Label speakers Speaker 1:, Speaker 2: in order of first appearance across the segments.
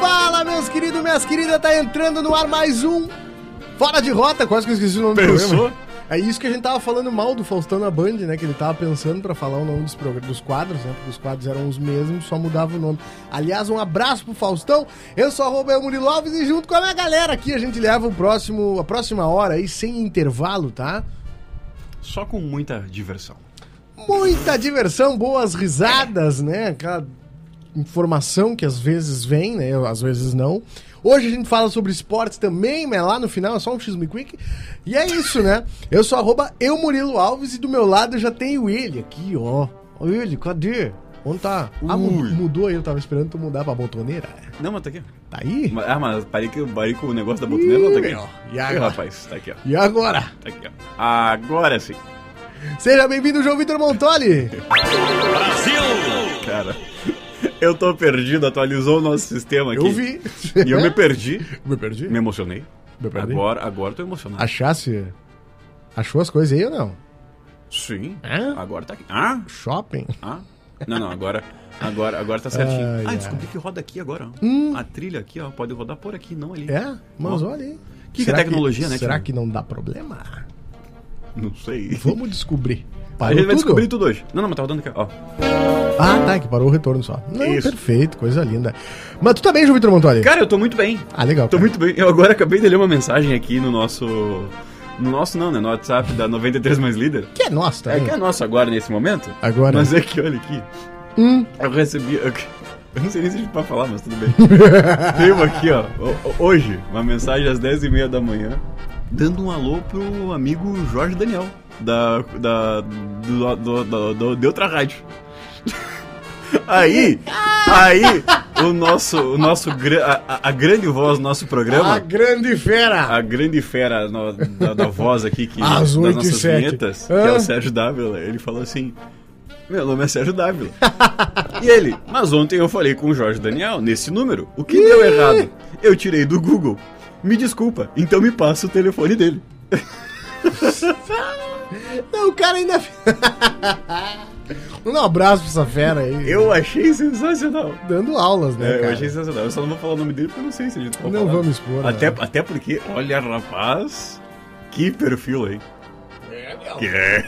Speaker 1: Fala, meus queridos, minhas queridas, tá entrando no ar mais um Fora de Rota, quase que eu esqueci o nome do
Speaker 2: Pensou?
Speaker 1: programa. É isso que a gente tava falando mal do Faustão na Band, né? Que ele tava pensando pra falar o nome dos, progra- dos quadros, né? Porque os quadros eram os mesmos, só mudava o nome. Aliás, um abraço pro Faustão. Eu sou arroba eu, Murilo Alves e junto com a minha galera aqui a gente leva o próximo, a próxima hora aí sem intervalo, tá?
Speaker 2: Só com muita diversão.
Speaker 1: Muita diversão, boas risadas, né? Aquela informação que às vezes vem, né? Às vezes não. Hoje a gente fala sobre esportes também, mas lá no final é só um x quick E é isso, né? Eu sou arroba eu, Murilo Alves, e do meu lado eu já tenho ele aqui, ó. Ó ele, cadê? Onde tá? Ah, mu-
Speaker 2: Ui.
Speaker 1: mudou aí, eu tava esperando tu mudar pra botoneira.
Speaker 2: Não, mas tá aqui.
Speaker 1: Tá aí?
Speaker 2: Mas- Ah, mas parei que, parei que o negócio da botoneira não tá
Speaker 1: Ih,
Speaker 2: aqui.
Speaker 1: ó.
Speaker 2: ó.
Speaker 1: E agora?
Speaker 2: rapaz, tá aqui, ó.
Speaker 1: E agora?
Speaker 2: Tá aqui, ó. Agora sim.
Speaker 1: Seja bem-vindo, João Vitor Montoli!
Speaker 2: Cara, eu tô perdido, atualizou o nosso sistema aqui.
Speaker 1: Eu vi.
Speaker 2: E eu me perdi,
Speaker 1: Me perdi?
Speaker 2: me emocionei.
Speaker 1: Me perdi?
Speaker 2: Agora, agora eu tô emocionado.
Speaker 1: Achasse. Achou as coisas aí ou não? Ah.
Speaker 2: Sim.
Speaker 1: Hã?
Speaker 2: Agora tá aqui. Ah,
Speaker 1: Shopping?
Speaker 2: ah. Não, não, agora. Agora, agora tá certinho.
Speaker 1: Ai,
Speaker 2: ah,
Speaker 1: ai.
Speaker 2: descobri que roda aqui agora. ó. A trilha aqui, ó, pode rodar por aqui, não ali.
Speaker 1: É, mas
Speaker 2: Ó.
Speaker 1: olha aí.
Speaker 2: Que que é tecnologia, né,
Speaker 1: Será
Speaker 2: Thiago?
Speaker 1: que não dá problema?
Speaker 2: Não sei.
Speaker 1: Vamos descobrir.
Speaker 2: A
Speaker 1: Parou
Speaker 2: gente vai
Speaker 1: tudo?
Speaker 2: descobrir tudo hoje. Não, não, mas tá rodando aqui, ó.
Speaker 1: Ah, tá, que parou o retorno só. Não,
Speaker 2: Isso.
Speaker 1: perfeito, coisa linda. Mas tu tá também, João Vitor Montoli?
Speaker 2: Cara, eu tô muito bem.
Speaker 1: Ah, legal.
Speaker 2: Tô
Speaker 1: cara.
Speaker 2: muito bem. Eu agora acabei de ler uma mensagem aqui no nosso. No nosso não, né? No WhatsApp da 93 Mais Líder.
Speaker 1: Que é nosso
Speaker 2: É
Speaker 1: também.
Speaker 2: que é nosso agora nesse momento.
Speaker 1: Agora.
Speaker 2: Mas é que olha aqui.
Speaker 1: Hum.
Speaker 2: Eu recebi. Eu, eu não sei nem se a gente pode falar, mas tudo bem. Veio aqui, ó. o- o- Hoje, uma mensagem às 10h30 da manhã, dando um alô pro amigo Jorge Daniel. Da. da. do. do, do- do- de outra rádio. Aí, aí, o nosso, o nosso, gra- a, a- a grande voz do nosso
Speaker 1: A
Speaker 2: programa,
Speaker 1: grande fera!
Speaker 2: a grande fera no- da, da voz aqui que
Speaker 1: Às
Speaker 2: das
Speaker 1: oito e
Speaker 2: nossas
Speaker 1: sete.
Speaker 2: vinhetas,
Speaker 1: Hã?
Speaker 2: que é o Sérgio Dávila, ele falou assim: Meu nome é Sérgio Dávila. e ele, mas ontem eu falei com o Jorge Daniel nesse número. O que deu errado? Eu tirei do Google. Me desculpa, então me passa o telefone dele. Ah.
Speaker 1: Não, o cara ainda. um abraço pra essa fera aí.
Speaker 2: Eu achei sensacional.
Speaker 1: Dando aulas, né?
Speaker 2: É, eu
Speaker 1: cara?
Speaker 2: achei sensacional. Eu só não vou falar o nome dele porque eu não sei se a gente pode
Speaker 1: Não
Speaker 2: falar.
Speaker 1: vamos expor, né?
Speaker 2: Até, até porque, olha, rapaz, que perfil, hein? É,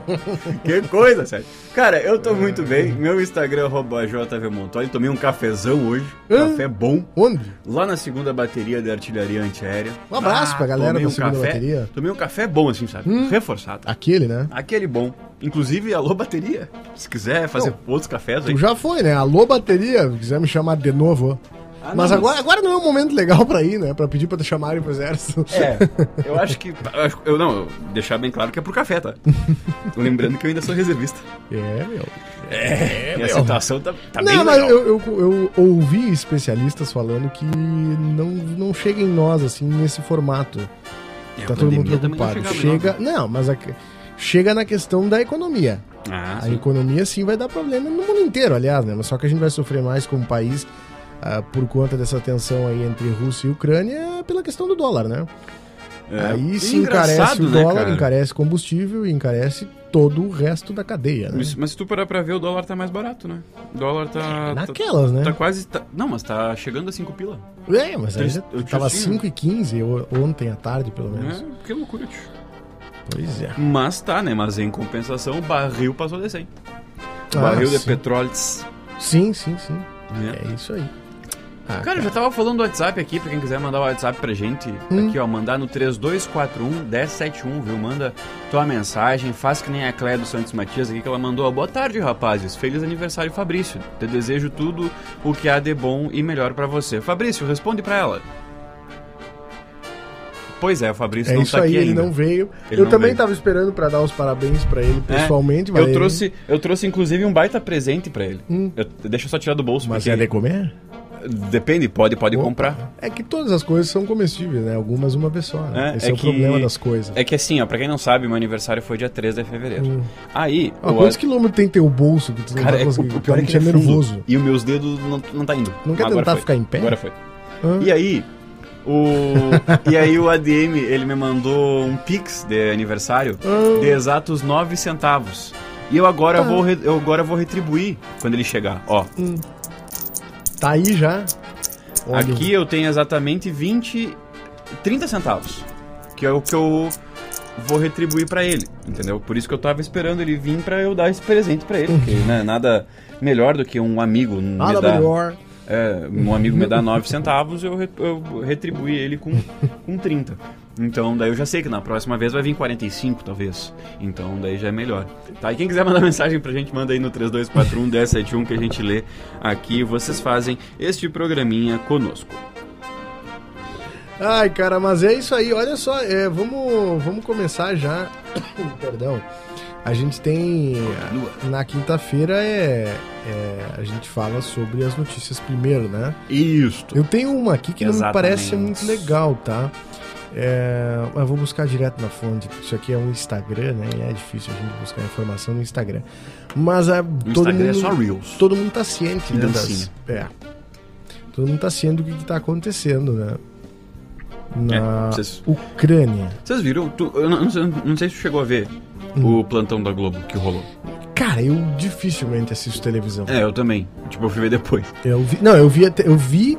Speaker 2: Que coisa, sério. Cara, eu tô muito bem. Meu Instagram é arroba jvmontoya. Tomei um cafezão hoje.
Speaker 1: Hã?
Speaker 2: Café bom.
Speaker 1: Onde?
Speaker 2: Lá na segunda bateria da artilharia antiaérea. Ah,
Speaker 1: Um abraço pra galera
Speaker 2: tomei
Speaker 1: da segunda bateria. Hum?
Speaker 2: Tomei um café bom, assim, sabe? Reforçado.
Speaker 1: Aquele, né?
Speaker 2: Aquele bom. Inclusive, alô, bateria. Se quiser fazer outros cafés aí.
Speaker 1: Tu já foi, né? Alô, bateria, se quiser me chamar de novo.
Speaker 2: Ah, não,
Speaker 1: mas
Speaker 2: mas-
Speaker 1: agora, agora não é um momento legal pra ir, né? Pra pedir pra te chamarem pro exército.
Speaker 2: É, eu acho que. eu acho- Eu não, eu deixar bem claro que é pro café, tá? Lembrando que eu ainda sou reservista.
Speaker 1: É, meu.
Speaker 2: e a situação tá, tá bem
Speaker 1: não, mas
Speaker 2: legal.
Speaker 1: eu, eu, eu ouvi especialistas falando que não, não chega em nós, assim, nesse formato.
Speaker 2: E a
Speaker 1: tá todo mundo
Speaker 2: É, pandemia também não
Speaker 1: preocupado.
Speaker 2: chegava,
Speaker 1: Chega. Não, mas a- chega na questão da economia.
Speaker 2: não. Ah,
Speaker 1: A economia sim vai dar problema no mundo inteiro, aliás, né? Mas só que a gente vai sofrer mais como país ah, por conta dessa tensão aí entre Rússia e Ucrânia pela questão do dólar, né?
Speaker 2: É.
Speaker 1: Aí se
Speaker 2: Engraçado,
Speaker 1: encarece o
Speaker 2: né,
Speaker 1: dólar,
Speaker 2: cara?
Speaker 1: encarece combustível e encarece todo o resto da cadeia, né?
Speaker 2: Mas, mas se tu parar pra ver, o dólar tá mais barato, né? O dólar tá.
Speaker 1: Naquelas,
Speaker 2: tá,
Speaker 1: né?
Speaker 2: Tá quase. tá- não, mas tá chegando a 5 pila.
Speaker 1: É, mas aí
Speaker 2: Três-
Speaker 1: já
Speaker 2: eu te
Speaker 1: tava
Speaker 2: assim, né?
Speaker 1: 5 e 15 o- ontem à tarde, pelo menos.
Speaker 2: É, que loucura, tio.
Speaker 1: Pois é.
Speaker 2: Mas tá, né? Mas em compensação, o barril passou de 100. O
Speaker 1: Ah,
Speaker 2: barril de
Speaker 1: sim.
Speaker 2: petróleo. tss,
Speaker 1: Sim, sim, sim.
Speaker 2: Né?
Speaker 1: É isso aí. Ah,
Speaker 2: Cara, eu já tava falando do WhatsApp aqui, pra quem quiser mandar o WhatsApp pra gente.
Speaker 1: Hum?
Speaker 2: Aqui, ó, mandar no 3241 1071, viu? Manda tua mensagem, faz que nem a Cléia do Santos Matias aqui, que ela mandou. ó, Boa tarde, rapazes. Feliz aniversário, Fabrício. Te desejo tudo o que há de bom e melhor pra você. Fabrício, responde pra ela. Pois é, o Fabrício
Speaker 1: É
Speaker 2: não
Speaker 1: isso
Speaker 2: tá
Speaker 1: aí,
Speaker 2: aqui
Speaker 1: ele
Speaker 2: ainda.
Speaker 1: não veio.
Speaker 2: Ele
Speaker 1: eu
Speaker 2: não
Speaker 1: também
Speaker 2: veio.
Speaker 1: tava esperando pra dar os parabéns pra ele pessoalmente,
Speaker 2: É,
Speaker 1: mas.
Speaker 2: eu
Speaker 1: ele-
Speaker 2: trouxe, eu trouxe inclusive um baita presente pra ele. Eu- deixa eu só tirar do bolso,
Speaker 1: Hum. Mas
Speaker 2: porque
Speaker 1: é de comer?
Speaker 2: depende, pode, pode
Speaker 1: Opa.
Speaker 2: comprar.
Speaker 1: É que todas as coisas são comestíveis, né? Algumas uma vez só. Né? Esse é, o
Speaker 2: que-
Speaker 1: problema das coisas.
Speaker 2: É que assim, ó, pra quem não sabe, meu aniversário foi dia 13 de fevereiro. Aí,
Speaker 1: Ó,
Speaker 2: o-
Speaker 1: Hum. Ah, quantos quilômetros tem teu bolso que tu não
Speaker 2: cara,
Speaker 1: tá
Speaker 2: é, o,
Speaker 1: conseguindo?
Speaker 2: o pior é
Speaker 1: Tá
Speaker 2: que ele é fundo,
Speaker 1: nervoso.
Speaker 2: E os meus dedos não, não tá indo.
Speaker 1: Não quer
Speaker 2: Agora
Speaker 1: tentar
Speaker 2: foi.
Speaker 1: ficar em pé?
Speaker 2: Agora foi.
Speaker 1: Hã?
Speaker 2: E aí, o E aí o ADM, ele me mandou um pix de aniversário de exatos 9 centavos. E eu agora vou re- eu agora vou retribuir quando ele chegar, ó.
Speaker 1: Tá aí já. Olha,
Speaker 2: Aqui eu tenho exatamente 20. 30 centavos. Que é o que eu vou retribuir pra ele, entendeu? Por isso que eu tava esperando ele vir pra eu dar esse presente pra ele. Porque, né, nada melhor do que um amigo me
Speaker 1: Uhum. Nada
Speaker 2: dar.
Speaker 1: melhor.
Speaker 2: É, um amigo me dá 9 centavos, eu, re- eu retribuí ele com, com 30. Então, daí eu já sei que na próxima vez vai vir 45, talvez. Então, daí já é melhor. Tá? E quem quiser mandar mensagem pra gente, manda aí no 3241 1071 que a gente lê aqui. Vocês fazem este programinha conosco.
Speaker 1: Ai, cara, mas é isso aí. Olha só, é, vamos, vamos começar já. Perdão. A gente tem. Na quinta-feira é, é, A gente fala sobre as notícias primeiro, né?
Speaker 2: Isto.
Speaker 1: Eu tenho uma aqui que não me
Speaker 2: Exatamente.
Speaker 1: parece muito legal, tá? É, mas eu vou buscar direto na fonte. Isso aqui é um Instagram, né? E é difícil a gente buscar informação no Instagram. Mas a,
Speaker 2: O
Speaker 1: todo
Speaker 2: Instagram é
Speaker 1: mundo
Speaker 2: só Reels.
Speaker 1: todo mundo tá ciente,
Speaker 2: E
Speaker 1: né?
Speaker 2: dancinha.
Speaker 1: É. Todo mundo tá ciente do que, que tá acontecendo, né? Na
Speaker 2: É, vocês-
Speaker 1: Ucrânia.
Speaker 2: Vocês viram? Tu- eu não, não sei- não sei se tu chegou a ver o plantão da Globo que rolou.
Speaker 1: Cara, eu dificilmente assisto televisão.
Speaker 2: É, eu também. Tipo, eu fui ver depois.
Speaker 1: Eu vi, não, eu vi, até- eu vi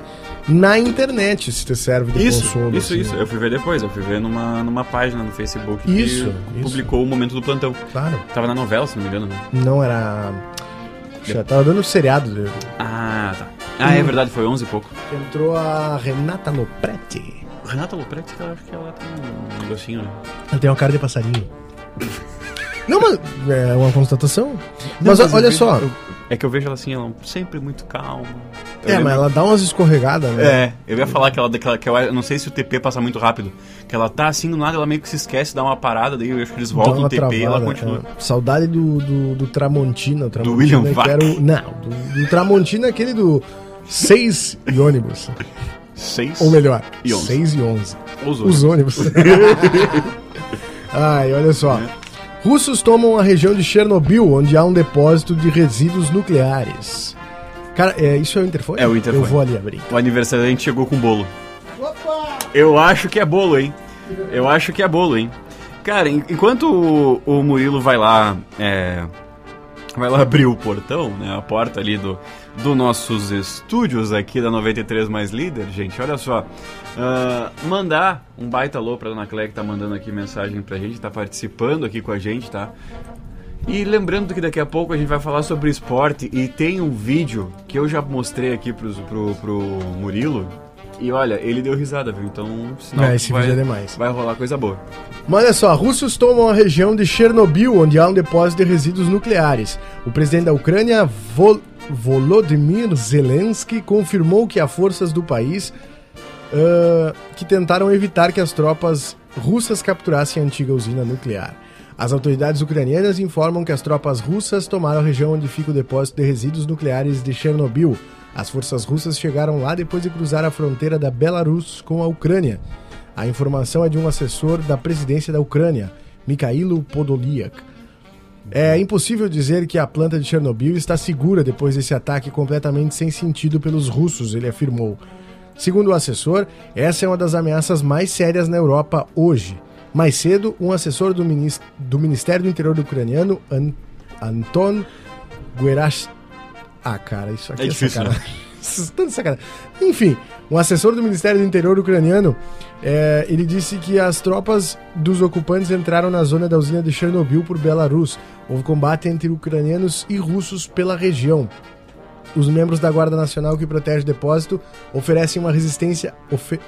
Speaker 1: na internet se te serve de
Speaker 2: Isso,
Speaker 1: consolo.
Speaker 2: isso,
Speaker 1: assim.
Speaker 2: isso. Eu fui ver depois. Eu fui ver numa, numa página no Facebook que
Speaker 1: Isso, isso.
Speaker 2: publicou o momento do plantão.
Speaker 1: Claro.
Speaker 2: Tava na novela, se não me engano. né?
Speaker 1: Não era. Já tava dando seriado. viu?
Speaker 2: Ah, tá. Ah,
Speaker 1: Hum.
Speaker 2: é verdade, foi 11 e pouco.
Speaker 1: Entrou a Renata Lopretti.
Speaker 2: Renata Lopretti, eu acho que ela tem um negocinho, né?
Speaker 1: Ela tem uma cara de passarinho. Não, mas é uma constatação. mas
Speaker 2: eu
Speaker 1: olha
Speaker 2: vejo-
Speaker 1: só.
Speaker 2: eu- é que eu vejo ela assim, ela sempre muito calma. Eu
Speaker 1: É,
Speaker 2: lembro-
Speaker 1: mas ela dá umas escorregadas, né?
Speaker 2: É, eu ia falar que ela, que ela- que eu, eu não sei se o TP passa muito rápido. Que ela tá assim do nada, ela meio que se esquece, dá uma parada, daí eu acho que eles
Speaker 1: Dá
Speaker 2: voltam
Speaker 1: uma
Speaker 2: no TP um e ela
Speaker 1: travada,
Speaker 2: continua.
Speaker 1: é. Saudade do, do, do Tramontina. o Tramontina é
Speaker 2: William
Speaker 1: que
Speaker 2: Vac.
Speaker 1: era o- Não, do, do Tramontina é aquele do 6 e ônibus.
Speaker 2: Seis.
Speaker 1: Ou melhor,
Speaker 2: E onze.
Speaker 1: 6 e 11.
Speaker 2: Os
Speaker 1: Os
Speaker 2: outros.
Speaker 1: ônibus. Ai, olha só.
Speaker 2: É.
Speaker 1: Russos tomam a região de Chernobyl, onde há um depósito de resíduos nucleares. Cara, é, isso é o interfone?
Speaker 2: É o interfone.
Speaker 1: Eu vou ali abrir.
Speaker 2: O aniversariante chegou com bolo. Eu acho que é bolo, hein? Eu acho que é bolo, hein? Cara, en- enquanto o, o Murilo vai lá. é, vai lá abrir o portão, né? A porta ali do, do nossos estúdios aqui da 93 Mais Líder, gente, olha só. Ah, mandar um baita alô pra Dona Cleia que tá mandando aqui mensagem pra gente, tá participando aqui com a gente, tá? E lembrando que daqui a pouco a gente vai falar sobre esporte e tem um vídeo que eu já mostrei aqui pros, pro, pro Murilo. E olha, ele deu risada, viu? Então, sinal
Speaker 1: É,
Speaker 2: que
Speaker 1: esse vídeo é demais.
Speaker 2: vai rolar coisa boa.
Speaker 1: Mas olha só, russos tomam a é região de Chernobyl, onde há um depósito de resíduos nucleares. O presidente da Ucrânia, Vol- Volodymyr Zelensky, confirmou que há forças do país ah, que tentaram evitar que as tropas russas capturassem a antiga usina nuclear. As autoridades ucranianas informam que as tropas russas tomaram a região onde fica o depósito de resíduos nucleares de Chernobyl. As forças russas chegaram lá depois de cruzar a fronteira da Belarus com a Ucrânia. A informação é de um assessor da presidência da Ucrânia, Mikhailo Podolyak. É impossível dizer que a planta de Chernobyl está segura depois desse ataque completamente sem sentido pelos russos, ele afirmou. Segundo o assessor, essa é uma das ameaças mais sérias na Europa hoje. Mais cedo, um assessor do, minis- do Ministério do Interior ucraniano, An- Anton Guerash... Ah, cara, isso aqui
Speaker 2: É
Speaker 1: é,
Speaker 2: difícil,
Speaker 1: sacanagem. Isso é Tanto sacanagem. Enfim, um assessor do Ministério do Interior ucraniano, é, ele disse que as tropas dos ocupantes entraram na zona da usina de Chernobyl por Belarus. Houve combate entre ucranianos e russos pela região. os membros da Guarda Nacional que protege o depósito oferecem uma resistência. Ofe...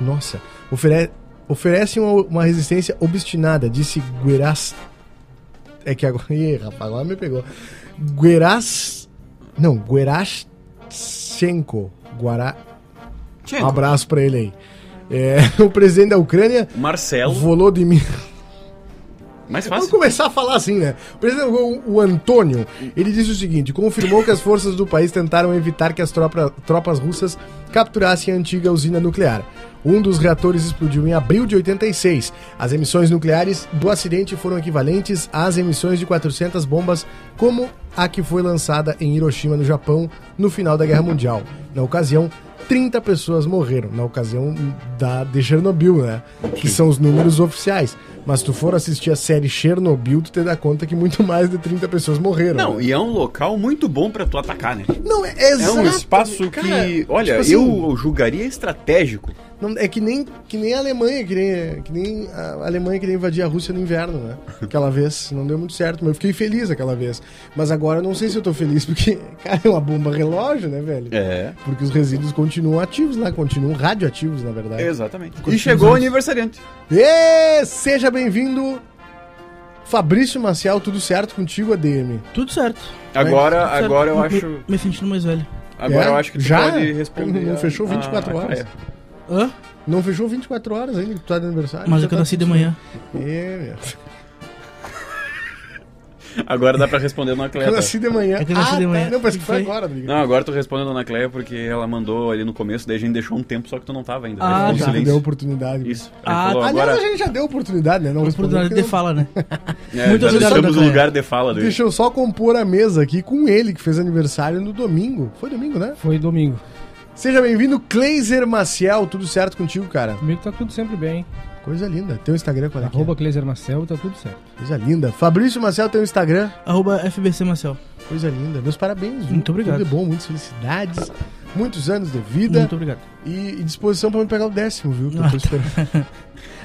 Speaker 1: Nossa. Ofere... Oferecem uma, uma resistência obstinada, disse Gueras. É que agora. Ih, rapaz, agora me pegou. Gueras. Não, Guerashenko. Guará. Um
Speaker 2: Tchenko,
Speaker 1: abraço pra ele aí. É, o presidente da Ucrânia,
Speaker 2: Marcelo,
Speaker 1: Volodymyr.
Speaker 2: mais
Speaker 1: Vamos
Speaker 2: fácil.
Speaker 1: começar a falar assim, né? O presidente, o, o Antônio, ele disse o seguinte: confirmou que as forças do país tentaram evitar que as tropa- tropas russas capturassem a antiga usina nuclear. Um dos reatores explodiu em abril de 86. As emissões nucleares do acidente foram equivalentes às emissões de 400 bombas, como a que foi lançada em Hiroshima, no Japão, no final da Guerra Mundial. Na ocasião, 30 pessoas morreram, na ocasião da, de Chernobyl, né? Que são os números oficiais. Mas se tu for assistir a série Chernobyl, tu te dá conta que muito mais de 30 pessoas morreram.
Speaker 2: Não,
Speaker 1: né?
Speaker 2: e é um local muito bom pra tu atacar, né?
Speaker 1: não é, é
Speaker 2: É um
Speaker 1: exato,
Speaker 2: espaço
Speaker 1: cara.
Speaker 2: que,
Speaker 1: Tipo
Speaker 2: olha,
Speaker 1: assim,
Speaker 2: eu julgaria estratégico.
Speaker 1: não- é que nem, que nem a Alemanha, que nem, que nem a Alemanha queria invadir a Rússia no inverno, né? Aquela vez, não deu muito certo, mas eu fiquei feliz aquela vez. Mas agora eu não sei se eu tô feliz, porque, cara, é uma bomba relógio, né, velho?
Speaker 2: É.
Speaker 1: Porque os resíduos continuam ativos lá, continuam radioativos, na verdade.
Speaker 2: Exatamente. E
Speaker 1: Curtimos
Speaker 2: chegou o
Speaker 1: antes.
Speaker 2: aniversariante.
Speaker 1: E seja bem-vindo, Fabrício Maciel, tudo certo contigo, ADM?
Speaker 3: Tudo certo.
Speaker 2: Agora,
Speaker 3: Tudo certo.
Speaker 2: agora eu
Speaker 3: Me-
Speaker 2: acho,
Speaker 3: Me sentindo mais velho.
Speaker 1: É?
Speaker 2: agora eu acho que tu
Speaker 1: Já?
Speaker 2: pode responder.
Speaker 1: Não
Speaker 2: a- Ah, é.
Speaker 1: fechou
Speaker 2: a-
Speaker 1: 24
Speaker 2: a
Speaker 1: horas.
Speaker 2: Cleia.
Speaker 3: Hã?
Speaker 1: Não fechou 24 horas ainda que tu tá de aniversário?
Speaker 3: Mas
Speaker 1: já
Speaker 3: é que eu
Speaker 1: tá-
Speaker 3: nasci de manhã.
Speaker 1: É, meu.
Speaker 2: Agora dá pra responder na Cleia.
Speaker 1: Eu
Speaker 2: tá?
Speaker 1: nasci de manhã.
Speaker 3: É que eu nasci
Speaker 1: Ah,
Speaker 3: de
Speaker 1: tá.
Speaker 3: manhã.
Speaker 1: Não, parece que foi
Speaker 3: Foi.
Speaker 1: agora, amigo.
Speaker 2: Não, agora tu responde a Dona Cleia porque ela mandou ali no começo, daí a gente deixou um tempo, só que tu não tava ainda.
Speaker 3: Ah,
Speaker 2: Aí ficou
Speaker 1: já
Speaker 2: um silêncio.
Speaker 1: tá. deu oportunidade.
Speaker 2: Isso. Aí
Speaker 3: Ah,
Speaker 2: falou,
Speaker 3: tá.
Speaker 1: Aliás,
Speaker 2: agora,
Speaker 1: a gente já deu oportunidade, né? Não respondeu
Speaker 3: Oportunidade
Speaker 1: porque
Speaker 3: de fala, né?
Speaker 2: é,
Speaker 3: muito
Speaker 2: já
Speaker 3: obrigado,
Speaker 2: deixamos o
Speaker 3: Cleia.
Speaker 2: lugar de fala
Speaker 1: não-
Speaker 2: dele.
Speaker 1: Deixa eu só compor a mesa aqui com ele, que fez aniversário no domingo. Foi domingo, né?
Speaker 4: Foi domingo.
Speaker 1: Seja bem-vindo, Cleiser Maciel. Tudo certo contigo, cara?
Speaker 4: Comigo tá tudo sempre bem.
Speaker 1: Coisa linda. Teu Instagram qual é que é?
Speaker 4: Arroba Cleiser Marcel, tá tudo certo.
Speaker 1: Coisa linda. Fabrício Maciel, teu Instagram.
Speaker 3: Arroba FBC Marcel.
Speaker 1: Coisa linda. Meus parabéns, viu?
Speaker 3: Muito obrigado.
Speaker 1: Tudo de bom, muitas felicidades, muitos anos de vida
Speaker 3: Muito obrigado.
Speaker 1: e, e disposição pra me pegar o décimo, viu? Que eu
Speaker 3: Ah,
Speaker 1: tô esperando.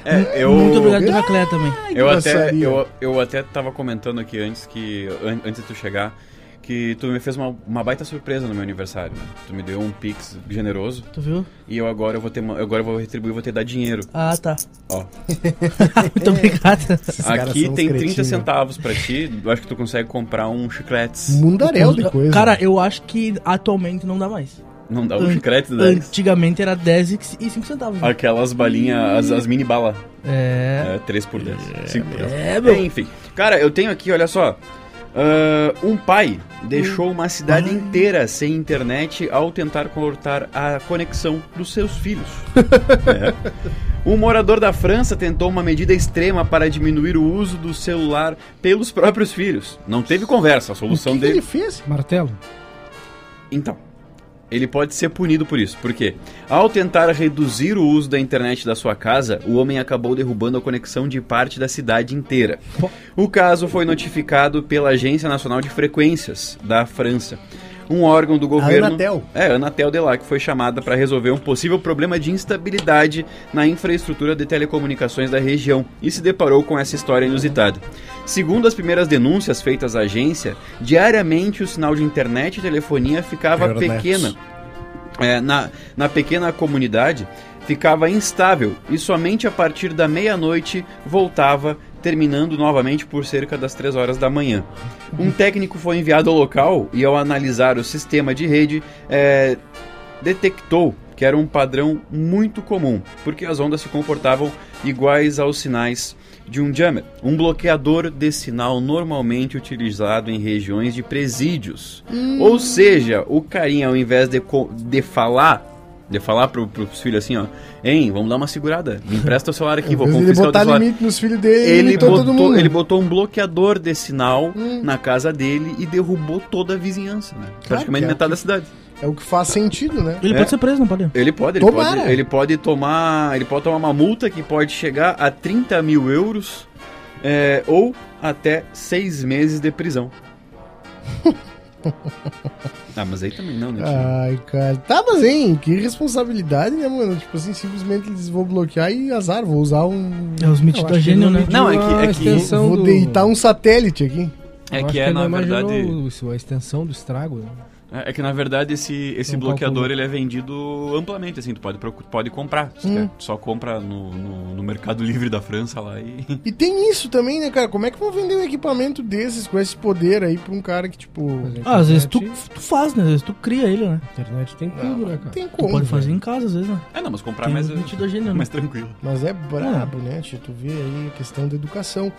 Speaker 2: É, eu,
Speaker 3: Muito obrigado pela Cleia também.
Speaker 2: eu,
Speaker 1: que
Speaker 2: até,
Speaker 1: passaria.
Speaker 2: eu, eu até tava comentando aqui antes que. an- antes de tu chegar. Que tu me fez uma, uma baita surpresa no meu aniversário, né? Tu me deu um pix generoso
Speaker 3: Tu viu?
Speaker 2: e eu agora eu vou ter uma- agora eu vou retribuir, vou ter dar dinheiro.
Speaker 3: Ah, tá.
Speaker 2: Ó,
Speaker 3: Muito obrigado.
Speaker 1: Esses caras
Speaker 2: aqui
Speaker 1: são uns né?
Speaker 2: tem 30
Speaker 1: cretinos.
Speaker 2: centavos pra ti. Eu acho que tu consegue comprar um chicletes.
Speaker 1: Mundaréu de coisa.
Speaker 3: Cara, eu acho que atualmente não dá mais.
Speaker 2: Não dá um
Speaker 3: An-
Speaker 2: chiclete, né?
Speaker 3: Antigamente era 10 e 5 centavos. né?
Speaker 2: Aquelas balinhas, as, as mini bala.
Speaker 3: É.
Speaker 2: É, 3 por 10. 5 por 10.
Speaker 3: É, meu.
Speaker 2: Enfim. Cara, eu tenho aqui, olha só. ah, um pai deixou
Speaker 1: Hum.
Speaker 2: uma cidade inteira sem internet ao tentar cortar a conexão dos seus filhos. É. Um morador da França tentou uma medida extrema para diminuir o uso do celular pelos próprios filhos. Não teve conversa, a
Speaker 1: o
Speaker 2: solução
Speaker 1: que, que
Speaker 2: dele.
Speaker 1: ele fez?
Speaker 4: Martelo.
Speaker 2: Então, ele pode ser punido por isso. Por quê? Ao tentar reduzir o uso da internet da sua casa, o homem acabou derrubando a conexão de parte da cidade inteira. O caso foi notificado pela Agência Nacional de Frequências da França, um órgão do governo.
Speaker 1: A Ah, Anatel.
Speaker 2: É, a Anatel de lá, que foi chamada para resolver um possível problema de instabilidade na infraestrutura de telecomunicações da região e se deparou com essa história inusitada. Segundo as primeiras denúncias feitas à agência, diariamente o sinal de internet e telefonia ficava
Speaker 1: Internet.
Speaker 2: pequena. É, na, na pequena comunidade ficava instável e somente a partir da meia-noite voltava, terminando novamente por cerca das 3 horas da manhã. Um técnico foi enviado ao local e, ao analisar o sistema de rede, é, detectou que era um padrão muito comum, porque as ondas se comportavam iguais aos sinais de um jammer, um bloqueador de sinal normalmente utilizado em regiões de presídios. Ou seja, o carinha ao invés de, co- de falar, de falar pro, pros filhos assim, ó, hein, vamos dar uma segurada, me empresta o celular aqui, vou
Speaker 1: Em vez de ele
Speaker 2: confiscar o teu
Speaker 1: botar
Speaker 2: celular
Speaker 1: limite nos filhos dele,
Speaker 2: ele
Speaker 1: limitou todo
Speaker 2: botou,
Speaker 1: mundo.
Speaker 2: ele botou um bloqueador de sinal
Speaker 1: Hum.
Speaker 2: na casa dele e derrubou toda a vizinhança, né?
Speaker 1: que
Speaker 2: Praticamente
Speaker 1: é.
Speaker 2: metade da cidade.
Speaker 1: É o que faz sentido, né?
Speaker 3: Ele
Speaker 2: É.
Speaker 3: pode ser preso, não pode?
Speaker 2: Ele pode, ele
Speaker 1: Tomara.
Speaker 2: pode, ele pode tomar. Ele pode tomar uma multa que pode chegar a 30 mil euros é, ou até seis meses de prisão. ah, mas aí também não, né? tio?
Speaker 1: Ai, cara. Tá, mas hein, que responsabilidade, né, mano? Tipo assim, simplesmente eles vão bloquear e azar, vou usar um.
Speaker 3: É os metidos
Speaker 4: acho
Speaker 3: a
Speaker 4: que
Speaker 3: gênio,
Speaker 4: ele
Speaker 3: né?
Speaker 4: mediu
Speaker 2: Não, é que- é
Speaker 4: a
Speaker 2: que-
Speaker 4: extensão
Speaker 1: Vou
Speaker 4: do-
Speaker 1: deitar um satélite aqui.
Speaker 4: Eu
Speaker 2: É
Speaker 4: acho
Speaker 2: que é,
Speaker 4: ele
Speaker 2: na
Speaker 4: não imaginou
Speaker 2: verdade.
Speaker 4: o- A extensão do estrago. né?
Speaker 2: É é que na verdade esse, esse
Speaker 4: Não
Speaker 2: bloqueador
Speaker 4: calcula.
Speaker 2: ele é vendido amplamente, assim, tu pode, procu- pode comprar. se tu
Speaker 4: Hum.
Speaker 2: quer. Tu só compra no, no, no Mercado Livre da França lá e.
Speaker 1: E tem isso também, né, cara? Como é que vão vender um equipamento desses com esse poder aí pra um cara que, tipo.
Speaker 4: Mas a
Speaker 3: Ah, às vezes tu,
Speaker 4: internet-
Speaker 3: tu faz, né? Às vezes tu cria ele, né?
Speaker 4: A internet tem tudo, né,
Speaker 1: Não
Speaker 4: cara?
Speaker 1: tem
Speaker 3: Tu
Speaker 1: como.
Speaker 3: pode fazer
Speaker 1: velho.
Speaker 3: em casa, às vezes, né?
Speaker 2: É, não, mas comprar
Speaker 3: Tem
Speaker 2: mais,
Speaker 4: um
Speaker 3: uns 22 gêneros.
Speaker 4: né?
Speaker 2: mais tranquilo.
Speaker 1: Mas é brabo, né, tio? Tu vê aí a questão da educação.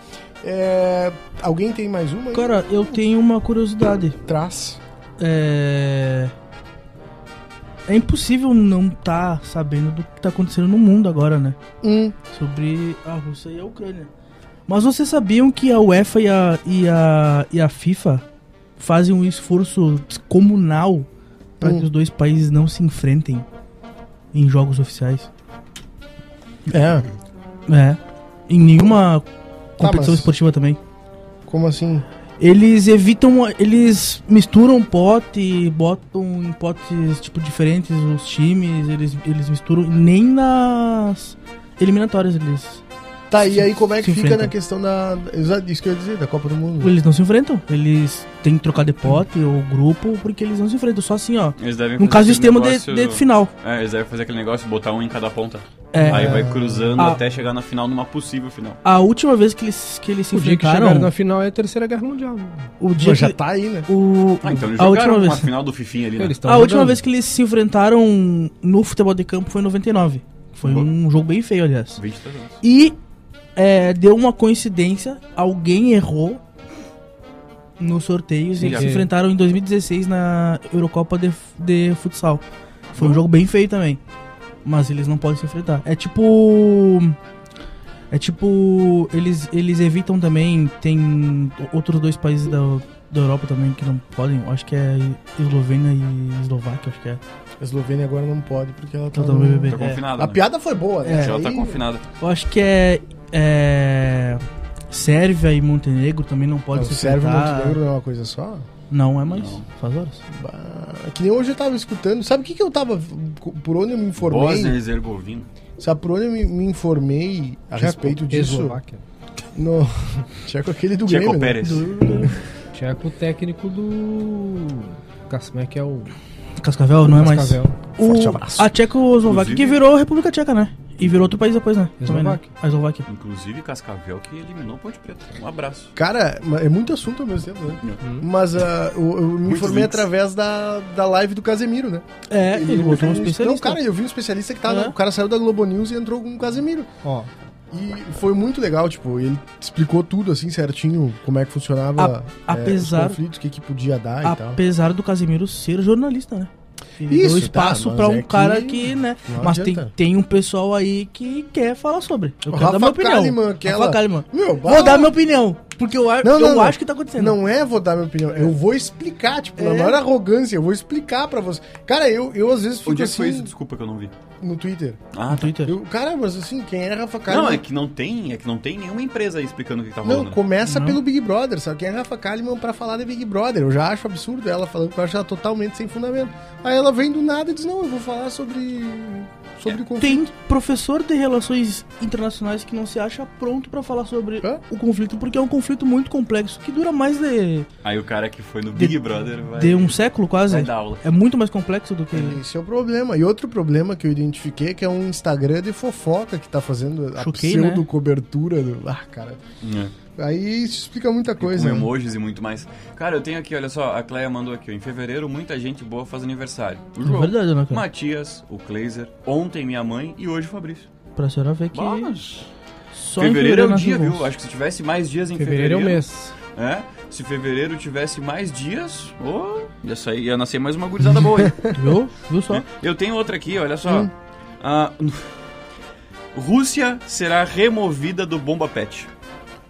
Speaker 1: É, Alguém tem mais uma? aí?
Speaker 3: Cara, eu tenho uma curiosidade.
Speaker 1: Traz.
Speaker 3: É. É impossível não estar sabendo do que tá acontecendo no mundo agora, né?
Speaker 1: Um.
Speaker 3: Sobre a Rússia e a Ucrânia. Mas vocês sabiam que a UEFA e a, e a, e a FIFA fazem um esforço descomunal para
Speaker 1: Hum.
Speaker 3: que os dois países não se enfrentem em jogos oficiais?
Speaker 1: É. Tá,
Speaker 3: É. Em nenhuma competição
Speaker 1: mas-
Speaker 3: esportiva também.
Speaker 1: Como assim?
Speaker 3: Eles evitam, eles misturam pote, botam em potes tipo diferentes os times, eles, eles misturam nem nas eliminatórias eles
Speaker 1: Tá, e
Speaker 3: Se-
Speaker 1: aí como é que
Speaker 3: se
Speaker 1: fica
Speaker 3: enfrenta.
Speaker 1: na questão da. Exato, isso que eu ia dizer, da Copa do Mundo.
Speaker 3: eles não se enfrentam, eles têm que trocar de pote ou grupo porque eles não se enfrentam, só assim, ó.
Speaker 2: Eles devem
Speaker 3: No
Speaker 2: fazer
Speaker 3: caso do
Speaker 2: aquele
Speaker 3: sistema de-
Speaker 2: É negócio-
Speaker 3: de, final.
Speaker 2: É, eles devem fazer aquele negócio, botar um em cada ponta.
Speaker 3: É.
Speaker 2: Aí vai cruzando
Speaker 3: Ah.
Speaker 2: até chegar na final numa possível final.
Speaker 3: A última vez que eles que eles se
Speaker 4: O dia que
Speaker 3: enfrentaram,
Speaker 4: chegaram na final é a Terceira Guerra Mundial. né?
Speaker 3: o dia
Speaker 1: Pô, já
Speaker 3: que-
Speaker 1: tá aí, né?
Speaker 3: o
Speaker 2: Ah, então eles
Speaker 3: a
Speaker 2: jogaram
Speaker 3: última
Speaker 2: uma
Speaker 3: vez
Speaker 2: final do Fifinha ali, né?
Speaker 4: Eles tão
Speaker 3: A última
Speaker 4: jogando.
Speaker 3: vez que eles se enfrentaram no futebol de campo foi em 99. Foi
Speaker 2: Boa.
Speaker 3: um jogo bem feio, aliás.
Speaker 2: 23 anos. Tá
Speaker 3: E é, deu uma coincidência, alguém errou nos sorteios e
Speaker 2: Sim,
Speaker 3: eles
Speaker 2: já
Speaker 3: se
Speaker 2: vi.
Speaker 3: enfrentaram em 2016 na Eurocopa de, de futsal. Foi um jogo bem feio também. Mas eles não podem se enfrentar. É tipo. É tipo. Eles, eles evitam também. Tem outros dois países da, da Europa também que não podem. Acho que é Eslovênia e Eslováquia, acho que é.
Speaker 1: A Eslovênia agora não pode porque ela tá.
Speaker 3: Ela tá
Speaker 1: no-
Speaker 3: no BBB.
Speaker 2: Tá
Speaker 3: É.
Speaker 2: confinado.
Speaker 1: A
Speaker 2: né?
Speaker 1: piada foi boa, né?
Speaker 2: Já tá
Speaker 1: Aí-
Speaker 2: confinada.
Speaker 3: Eu acho que é. é Sérvia e Montenegro também não podem
Speaker 1: Não,
Speaker 3: se
Speaker 1: serve o
Speaker 3: enfrentar.
Speaker 1: Montenegro não é uma coisa só?
Speaker 3: Não é mais.
Speaker 2: Não.
Speaker 3: Faz horas.
Speaker 1: Bah, que nem hoje eu tava escutando. Sabe o que, que eu tava. Por onde eu me informei?
Speaker 2: Bósnia e Herzegovina.
Speaker 1: Sabe por onde eu me, me informei a
Speaker 4: Tcheco,
Speaker 1: respeito disso?
Speaker 4: Eslováquia.
Speaker 1: No... Tcheco aquele do
Speaker 2: Tcheco
Speaker 1: Grêmio. né?
Speaker 2: Pérez.
Speaker 4: Tcheco, técnico do. Cas- Como é que é o.
Speaker 3: Cascavel não é mais.
Speaker 4: Cascavel.
Speaker 3: O-
Speaker 1: Forte abraço.
Speaker 3: A Tchecoslováquia que
Speaker 2: Inclusive-
Speaker 3: virou República Tcheca, né? E virou outro país depois, né? Também, né?
Speaker 4: Eslováquia.
Speaker 3: A Eslováquia.
Speaker 2: Inclusive Cascavel que eliminou Ponte Preta. Um abraço.
Speaker 1: Cara, ma- é muito assunto ao mesmo tempo, né? Mas ah, eu, eu me
Speaker 2: Uhum. Muitos
Speaker 1: informei
Speaker 2: links.
Speaker 1: através da, da live do Casemiro, né?
Speaker 3: É, ele botou um
Speaker 1: viu Não,
Speaker 3: especialista.
Speaker 1: cara, eu vi um especialista que tava.
Speaker 3: É.
Speaker 1: O cara saiu da Globo News e entrou com o Casemiro.
Speaker 4: Ó,
Speaker 1: E foi muito legal, tipo, ele explicou tudo assim certinho, como é que funcionava
Speaker 3: A-
Speaker 1: é,
Speaker 3: apesar-
Speaker 1: os conflitos, o que, que podia dar e tal.
Speaker 3: Apesar do Casimiro ser jornalista, né? E
Speaker 1: então. Isso,
Speaker 3: deu
Speaker 1: tá,
Speaker 3: espaço
Speaker 1: mas
Speaker 3: pra um
Speaker 1: é que
Speaker 3: cara que, né?
Speaker 1: não
Speaker 3: Mas tem,
Speaker 1: adianta.
Speaker 3: tem um pessoal aí que quer falar sobre. Eu
Speaker 1: O
Speaker 3: quero
Speaker 1: Rafa
Speaker 3: dar minha opinião.
Speaker 1: Kalimann, aquela-
Speaker 3: Rafa Kalimann.
Speaker 1: Meu, bah,
Speaker 3: Vou dar minha opinião. Porque eu, acho
Speaker 1: Não, não,
Speaker 3: eu
Speaker 1: não.
Speaker 3: acho que tá acontecendo.
Speaker 1: Não é vou dar minha opinião, eu vou explicar, tipo, na
Speaker 3: É.
Speaker 1: maior arrogância, eu vou explicar pra você. Cara, eu, eu às vezes
Speaker 2: O
Speaker 1: fico
Speaker 2: dia é que foi isso?
Speaker 1: assim
Speaker 2: Desculpa que eu não vi.
Speaker 1: no Twitter.
Speaker 2: Ah,
Speaker 3: No
Speaker 2: tá.
Speaker 3: Twitter.
Speaker 1: Eu, cara, mas assim, quem é Rafa Kalimann?
Speaker 2: Não, é que não tem, é que não tem nenhuma empresa aí explicando o que tá
Speaker 1: Não,
Speaker 2: rolando. né?
Speaker 1: começa
Speaker 3: Não.
Speaker 1: pelo Big Brother, sabe? Quem é a Rafa Kalimann pra falar de Big Brother? Eu já acho absurdo ela falando, porque eu acho ela totalmente sem fundamento. Aí ela vem do nada e diz, não, eu vou falar sobre... Sobre
Speaker 2: É,
Speaker 1: conflito.
Speaker 3: Tem professor de relações internacionais que não se acha pronto pra falar sobre
Speaker 1: Hã?
Speaker 3: o conflito, porque é um conflito muito complexo que dura mais de,
Speaker 2: Aí o cara que foi no Big Brother vai,
Speaker 3: de um século quase.
Speaker 2: vai dar aula.
Speaker 3: É muito mais complexo do que.
Speaker 1: Esse é o problema. E outro problema que eu identifiquei é que é um Instagram de fofoca que tá fazendo a
Speaker 3: Choquei, né?
Speaker 1: pseudo-cobertura do... Ah, cara.
Speaker 2: É.
Speaker 1: Aí isso explica muita coisa.
Speaker 2: com
Speaker 1: né?
Speaker 2: emojis e muito mais. Cara, eu tenho aqui, olha só, a Cleia mandou aqui, ó, em fevereiro muita gente boa faz aniversário. O
Speaker 3: É
Speaker 2: João,
Speaker 3: verdade, né, cara?
Speaker 2: Matias, o Cleiser, ontem minha mãe e hoje o Fabrício.
Speaker 3: Pra senhora ver que.
Speaker 2: Bah, mas
Speaker 3: só em
Speaker 2: fevereiro é o
Speaker 3: nascem
Speaker 2: dia,
Speaker 3: os bons.
Speaker 2: viu? Acho que se tivesse mais dias em
Speaker 4: fevereiro é
Speaker 2: fevereiro.
Speaker 4: o mês.
Speaker 2: É, se fevereiro tivesse mais dias, ô, ia, sair, ia nascer mais uma gurizada boa, hein?
Speaker 3: Viu? Viu só?
Speaker 2: Eu tenho outra aqui, olha só. Ah, Rússia será removida do Bomba Pet.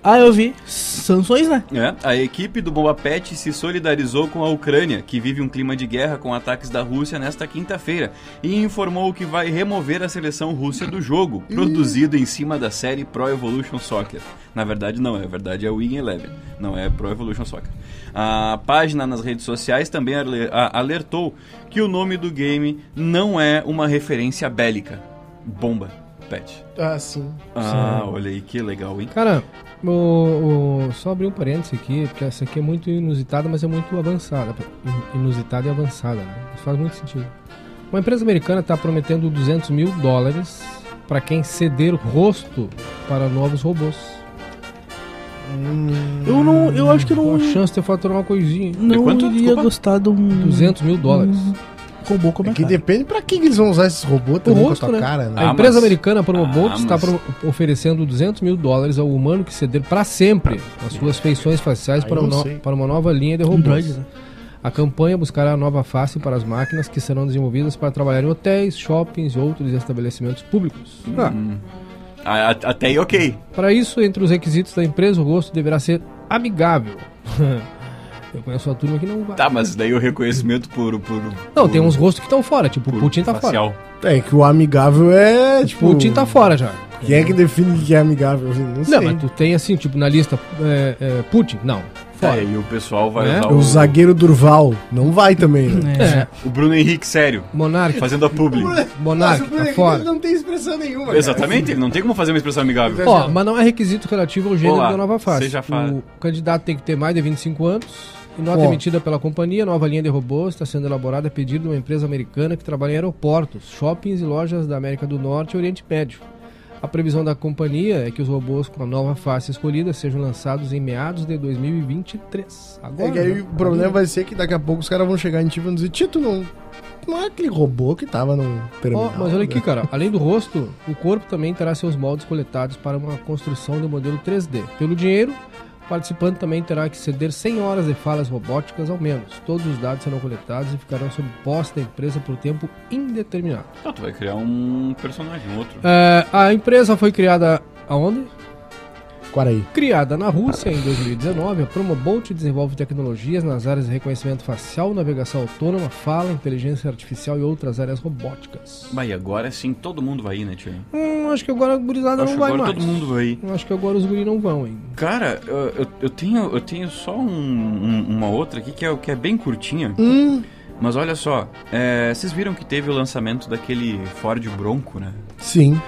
Speaker 3: Ah, eu vi. Sanções, né?
Speaker 2: É, a equipe do Bomba Pet se solidarizou com a Ucrânia, que vive um clima de guerra com ataques da Rússia nesta quinta-feira, e informou que vai remover a seleção russa do jogo, produzido em cima da série Pro Evolution Soccer. Na verdade, não, é verdade, é o Win Eleven, não é Pro Evolution Soccer. A página nas redes sociais também ale- a- alertou que o nome do game não é uma referência bélica. Bomba. Pet.
Speaker 1: Ah, sim.
Speaker 2: Ah, olha aí, que legal, hein?
Speaker 4: Cara, o, o- só abrir um parênteses aqui, porque essa aqui é muito inusitada, mas é muito avançada. Inusitada e avançada, né? Isso faz muito sentido. Uma empresa americana está prometendo 200 mil dólares para quem ceder rosto para novos robôs.
Speaker 3: Eu não. Eu acho que
Speaker 4: Com
Speaker 3: não.
Speaker 4: Então, a chance de eu faturar uma coisinha.
Speaker 3: Não
Speaker 2: É quanto?
Speaker 3: iria
Speaker 2: Desculpa.
Speaker 3: gostar de um.
Speaker 4: 200 mil dólares.
Speaker 3: robô como
Speaker 1: É
Speaker 3: é
Speaker 1: que
Speaker 3: que
Speaker 1: depende pra que que eles vão usar esses robôs também
Speaker 4: rosto,
Speaker 1: com a tua
Speaker 4: né?
Speaker 1: cara, né?
Speaker 2: Ah,
Speaker 4: A empresa
Speaker 2: mas-
Speaker 4: americana Promobot
Speaker 2: Ah,
Speaker 4: está
Speaker 2: mas-
Speaker 4: pro- oferecendo 200 mil dólares ao humano que ceder para sempre as suas feições faciais
Speaker 1: Aí
Speaker 4: para,
Speaker 1: eu
Speaker 4: um no-
Speaker 1: sei.
Speaker 4: para uma nova linha de
Speaker 3: Android,
Speaker 4: robôs.
Speaker 3: né?
Speaker 4: A campanha buscará a nova face para as máquinas que serão desenvolvidas para trabalhar em hotéis, shoppings e outros estabelecimentos públicos.
Speaker 2: Uhum. Ah, a- até aí, ok.
Speaker 4: Para isso, entre os requisitos da empresa, o rosto deverá ser amigável. Eu conheço a turma que não vai.
Speaker 2: Tá, mas daí o reconhecimento por. por
Speaker 4: Não,
Speaker 2: por-
Speaker 4: tem uns rostos que estão fora, tipo, o
Speaker 2: por
Speaker 4: Putin tá fora.
Speaker 2: facial.
Speaker 1: É que o amigável é,
Speaker 4: O
Speaker 1: tipo...
Speaker 4: Putin tá fora já.
Speaker 1: Quem é que define o que é amigável? Eu Não sei.
Speaker 4: Não, mas tu tem assim, tipo, na lista é, é, Putin, não.
Speaker 2: Tá,
Speaker 4: Fora.
Speaker 2: e o pessoal vai
Speaker 4: É?
Speaker 2: usar
Speaker 1: O
Speaker 2: o,
Speaker 1: zagueiro Durval não vai também, né?
Speaker 4: É,
Speaker 2: o Bruno Henrique, sério,
Speaker 4: Monark,
Speaker 2: fazendo a publi.
Speaker 4: Monark,
Speaker 1: Nossa, o Bruno
Speaker 4: É. tá
Speaker 1: Henrique
Speaker 4: fora.
Speaker 1: não tem expressão nenhuma. cara.
Speaker 2: Exatamente, ele não tem como fazer uma expressão amigável.
Speaker 4: Ó, mas não é requisito relativo ao gênero
Speaker 2: Olá,
Speaker 4: da nova fase.
Speaker 2: seja fa-
Speaker 4: O candidato tem que ter mais de 25 anos. E nota
Speaker 1: Ó.
Speaker 4: emitida pela companhia, nova linha de robôs está sendo elaborada a pedido de uma empresa americana que trabalha em aeroportos, shoppings e lojas da América do Norte e Oriente Médio. A previsão da companhia é que os robôs com a nova face escolhida sejam lançados em meados de 2023. Agora,
Speaker 1: É que aí
Speaker 4: né?
Speaker 1: o problema vai ser que daqui a pouco os caras vão chegar em ti e vão dizer, Tito, não, não é aquele robô que tava no
Speaker 4: Ó,
Speaker 1: terminal.
Speaker 4: mas olha aqui,
Speaker 1: né?"
Speaker 4: cara, além do rosto, o corpo também terá seus moldes coletados para uma construção de modelo 3D. Pelo dinheiro, o participante também terá que ceder 100 horas de falas robóticas ao menos. Todos os dados serão coletados e ficarão sob posse da empresa por tempo indeterminado.
Speaker 2: Ah, tu vai criar um personagem, um outro.
Speaker 4: É, a empresa foi criada aonde?
Speaker 1: Cara aí.
Speaker 4: Criada na Rússia em 2019, a Promobolt desenvolve tecnologias nas áreas de reconhecimento facial, navegação autônoma, fala, inteligência artificial e outras áreas robóticas.
Speaker 2: Bah, e agora sim todo mundo vai ir, né, Tia?
Speaker 4: Hum, acho que agora a gurizada
Speaker 2: Acho
Speaker 4: não
Speaker 2: que
Speaker 4: vai
Speaker 2: agora
Speaker 4: mais.
Speaker 2: todo mundo vai ir.
Speaker 4: Eu acho que agora os guri não vão, hein?
Speaker 2: Cara, eu, eu- eu tenho, eu tenho só um- um- uma outra aqui que é, que é bem curtinha.
Speaker 4: Hum.
Speaker 2: Mas olha só, é, vocês viram que teve o lançamento daquele Ford Bronco, né?
Speaker 1: Sim.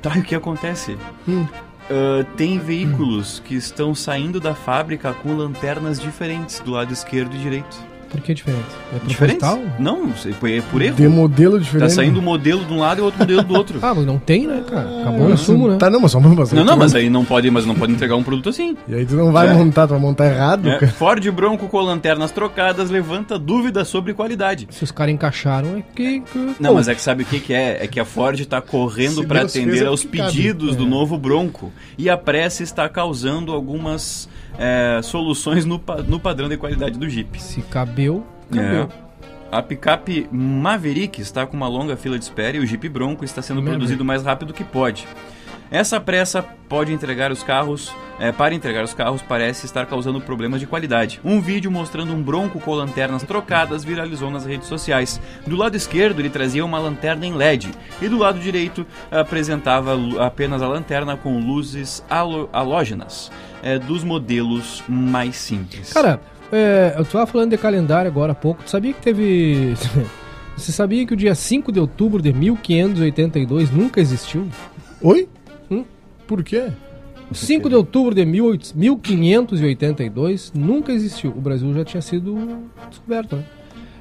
Speaker 2: Tá, e o que acontece? Ah, tem veículos que estão saindo da fábrica com lanternas diferentes do lado esquerdo e direito.
Speaker 4: Por que diferente? É
Speaker 2: Diferentes?
Speaker 4: proposital?
Speaker 2: Não, não sei, foi- é por erro.
Speaker 1: De um modelo
Speaker 2: Tá
Speaker 1: diferente.
Speaker 2: saindo um modelo de um lado e outro modelo do outro.
Speaker 4: Ah, mas não tem, né, cara? Acabou o insumo, né?
Speaker 1: Tá, não, mas só mas
Speaker 2: Não, não,
Speaker 1: tu-
Speaker 2: mas aí não pode, mas não pode entregar um produto assim.
Speaker 1: E aí tu não vai
Speaker 2: É.
Speaker 1: montar, tu vai montar errado,
Speaker 2: É,
Speaker 1: cara.
Speaker 2: Ford Bronco com lanternas trocadas levanta dúvidas sobre qualidade.
Speaker 4: Se os caras encaixaram, é que. que-
Speaker 2: Não,
Speaker 4: Pô,
Speaker 2: mas é que sabe o que, que é? É que a Ford tá correndo
Speaker 1: Se
Speaker 2: para
Speaker 1: Deus fez,
Speaker 2: atender
Speaker 1: é
Speaker 2: aos
Speaker 1: porque cabe.
Speaker 2: pedidos do novo Bronco. E a pressa está causando algumas é, soluções no, pa- no padrão de qualidade do Jeep.
Speaker 4: Se cabeu,
Speaker 2: É.
Speaker 4: cabeu.
Speaker 2: A picape Maverick está com uma longa fila de espera e o Jeep Bronco está sendo
Speaker 4: Maverick.
Speaker 2: produzido o mais rápido que pode. Essa pressa pode entregar os carros, é, para entregar os carros parece estar causando problemas de qualidade. Um vídeo mostrando um Bronco com lanternas trocadas viralizou nas redes sociais. Do lado esquerdo ele trazia uma lanterna em LED e do lado direito apresentava lu- apenas a lanterna com luzes halo- halógenas é, dos modelos mais simples.
Speaker 4: Cara, é, eu tava falando de calendário agora há pouco. Tu sabia que teve. Você sabia que o dia 5 de outubro de 1582 nunca existiu?
Speaker 1: Oi?
Speaker 4: Hum?
Speaker 1: Por quê?
Speaker 4: 5 de outubro de 18- 1582 nunca existiu. O Brasil já tinha sido descoberto, né?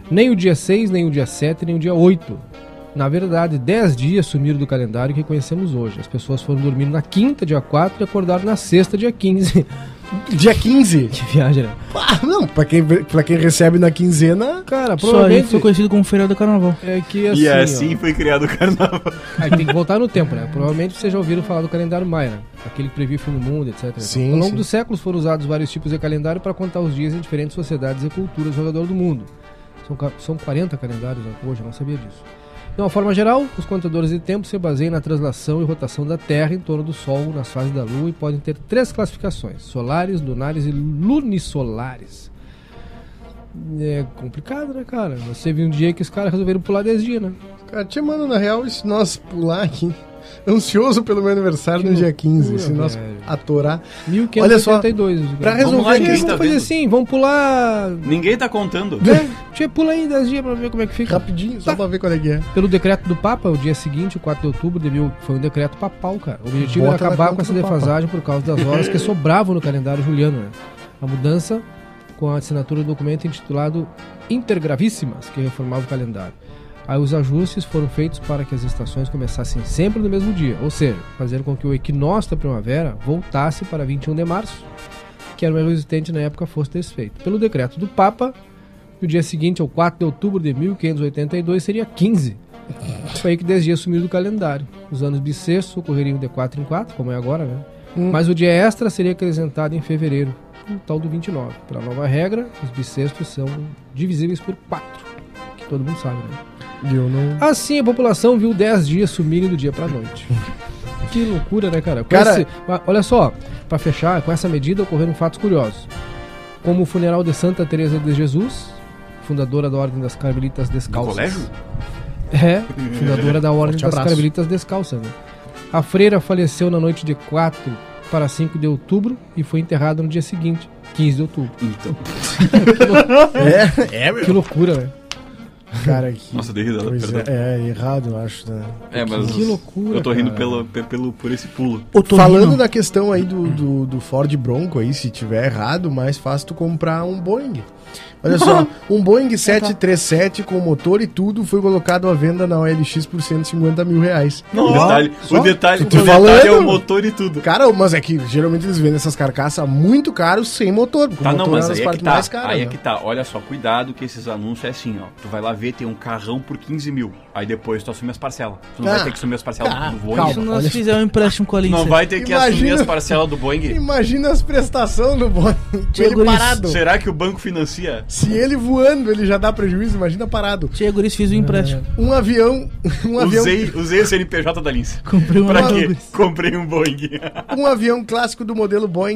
Speaker 4: Nem o dia 6, nem o dia 7, nem o dia 8. Na verdade, 10 dias sumiram do calendário que conhecemos hoje. As pessoas foram dormir na quinta, dia 4, e acordaram na sexta, dia 15.
Speaker 1: Dia 15.
Speaker 4: que viagem, né?
Speaker 1: Ah, não, pra quem, pra quem recebe na quinzena...
Speaker 4: Cara,
Speaker 3: Só aí
Speaker 4: provavelmente
Speaker 3: foi conhecido como feriado do carnaval.
Speaker 4: é que assim,
Speaker 2: e assim
Speaker 4: ó,
Speaker 2: foi criado o carnaval.
Speaker 4: aí tem que voltar no tempo, né? Provavelmente vocês já ouviram falar do calendário maia, né? Aquele que previu o fim do mundo, etc.
Speaker 1: Sim,
Speaker 4: Ao longo
Speaker 1: sim.
Speaker 4: dos séculos foram usados vários tipos de calendário para contar os dias em diferentes sociedades e culturas ao redor do mundo. São, ca- são 40 calendários né? hoje, eu não sabia disso. De uma forma geral, os contadores de tempo se baseiam na translação e rotação da Terra em torno do Sol nas fases da Lua e podem ter três classificações: solares, lunares e lunisolares. É complicado, né, cara? Você viu um dia que os caras resolveram pular 10 dias, né?
Speaker 1: Cara, te mano, na real, e se nós pular aqui... ansioso pelo meu aniversário no dia 15. Se
Speaker 4: loucura,
Speaker 1: nós
Speaker 4: velho.
Speaker 1: atorar. Olha só,
Speaker 4: 1582.
Speaker 1: pra
Speaker 4: Vamos
Speaker 1: resolver
Speaker 4: lá,
Speaker 1: aqui,
Speaker 4: Vamos
Speaker 2: tá
Speaker 4: fazer
Speaker 2: vendo?
Speaker 4: assim, vamos pular.
Speaker 2: Ninguém tá contando.
Speaker 4: Tchê, Pula aí 10 dias pra ver como é que fica.
Speaker 1: Rapidinho, só pra ver qual é que é.
Speaker 4: Pelo decreto do Papa, o dia seguinte, o 4 de outubro, devia- foi um decreto papal, cara. O objetivo
Speaker 1: Bota
Speaker 4: era
Speaker 1: na
Speaker 4: acabar
Speaker 1: conta
Speaker 4: com essa
Speaker 1: do Papa.
Speaker 4: defasagem por causa das horas que sobravam no calendário juliano, né? A mudança com a assinatura do documento intitulado Intergravíssimas, que reformava o calendário. Aí os ajustes foram feitos para que as estações começassem sempre no mesmo dia, ou seja, fazendo com que o equinócio da primavera voltasse para 21 de março, que era o mais resistente na época, fosse desfeito. Pelo decreto do Papa, no dia seguinte, ao 4 de outubro de 1582, seria 15. Foi aí que 10 dias sumiram do calendário. Os anos bissextos ocorreriam de 4 em 4, como é agora, né? Mas o dia extra seria acrescentado em fevereiro, o tal do 29. Pela nova regra, os bissextos são divisíveis por 4, que todo mundo sabe, né?
Speaker 1: E eu não.
Speaker 4: Assim, a população viu 10 dias sumirem do dia pra noite. Que loucura, né, cara? Com
Speaker 1: Cara-
Speaker 4: esse- mas Olha só, pra fechar, com essa medida ocorreram fatos curiosos. Como o funeral de Santa Teresa de Jesus, fundadora da Ordem das Carmelitas Descalças.
Speaker 2: colégio?
Speaker 4: É, fundadora da Ordem das
Speaker 1: abraço.
Speaker 4: Carmelitas Descalças. Né? A freira faleceu na noite de 4 para 5 de outubro e foi enterrada no dia seguinte, 15 de outubro.
Speaker 2: Então.
Speaker 1: É, é, meu.
Speaker 4: Que loucura, né?
Speaker 1: Cara, que.
Speaker 2: Nossa, eu dei risada,
Speaker 1: coisa-
Speaker 2: perdão.
Speaker 1: é, errado, eu acho, né?
Speaker 2: É, mas
Speaker 4: Que loucura,
Speaker 2: Eu tô rindo
Speaker 4: cara.
Speaker 2: pelo, pe- pelo, por esse pulo.
Speaker 1: Falando da questão aí do, do, do Ford Bronco aí, se tiver errado, mais fácil tu comprar um Boeing. Olha só, um Boeing 737 com motor e tudo foi colocado à venda na OLX por 150 mil reais.
Speaker 2: o detalhe,
Speaker 1: só?
Speaker 2: o detalhe,
Speaker 1: Tu tá
Speaker 2: o detalhe é o
Speaker 1: falando?
Speaker 2: motor e tudo.
Speaker 1: Cara, mas é que geralmente eles vendem essas carcaças muito caros sem motor. porque
Speaker 2: Tá,
Speaker 1: o
Speaker 2: não,
Speaker 1: motor
Speaker 2: mas
Speaker 1: uma das
Speaker 2: aí é que
Speaker 1: partes
Speaker 2: tá.
Speaker 1: mais caras,
Speaker 2: aí é
Speaker 1: né?
Speaker 2: que tá. Olha só, cuidado que esses anúncios é assim, ó. Tu vai lá ver, tem um carrão por 15 mil. Aí depois tu assume as parcelas. Tu não
Speaker 1: Ah.
Speaker 2: vai ter que assumir as parcelas do Boeing.
Speaker 3: Se nós fizermos um empréstimo com a
Speaker 2: Tu
Speaker 3: Lindsay.
Speaker 2: Não vai ter que assumir
Speaker 1: Imagina-
Speaker 2: as parcelas do Boeing.
Speaker 1: Imagina as prestações do Boeing. com
Speaker 3: Tinha
Speaker 1: ele
Speaker 3: guris-
Speaker 1: parado.
Speaker 2: Será que o banco financia?
Speaker 1: Se ele voando, ele já dá prejuízo, imagina parado.
Speaker 3: Tia Guris, fiz um empréstimo.
Speaker 1: Um avião, um avião,
Speaker 2: Usei, usei o CNPJ da Lince.
Speaker 3: Comprei um
Speaker 2: Pra
Speaker 3: avião,
Speaker 2: quê?
Speaker 3: guris.
Speaker 2: Comprei um Boeing.
Speaker 1: um avião clássico do modelo Boeing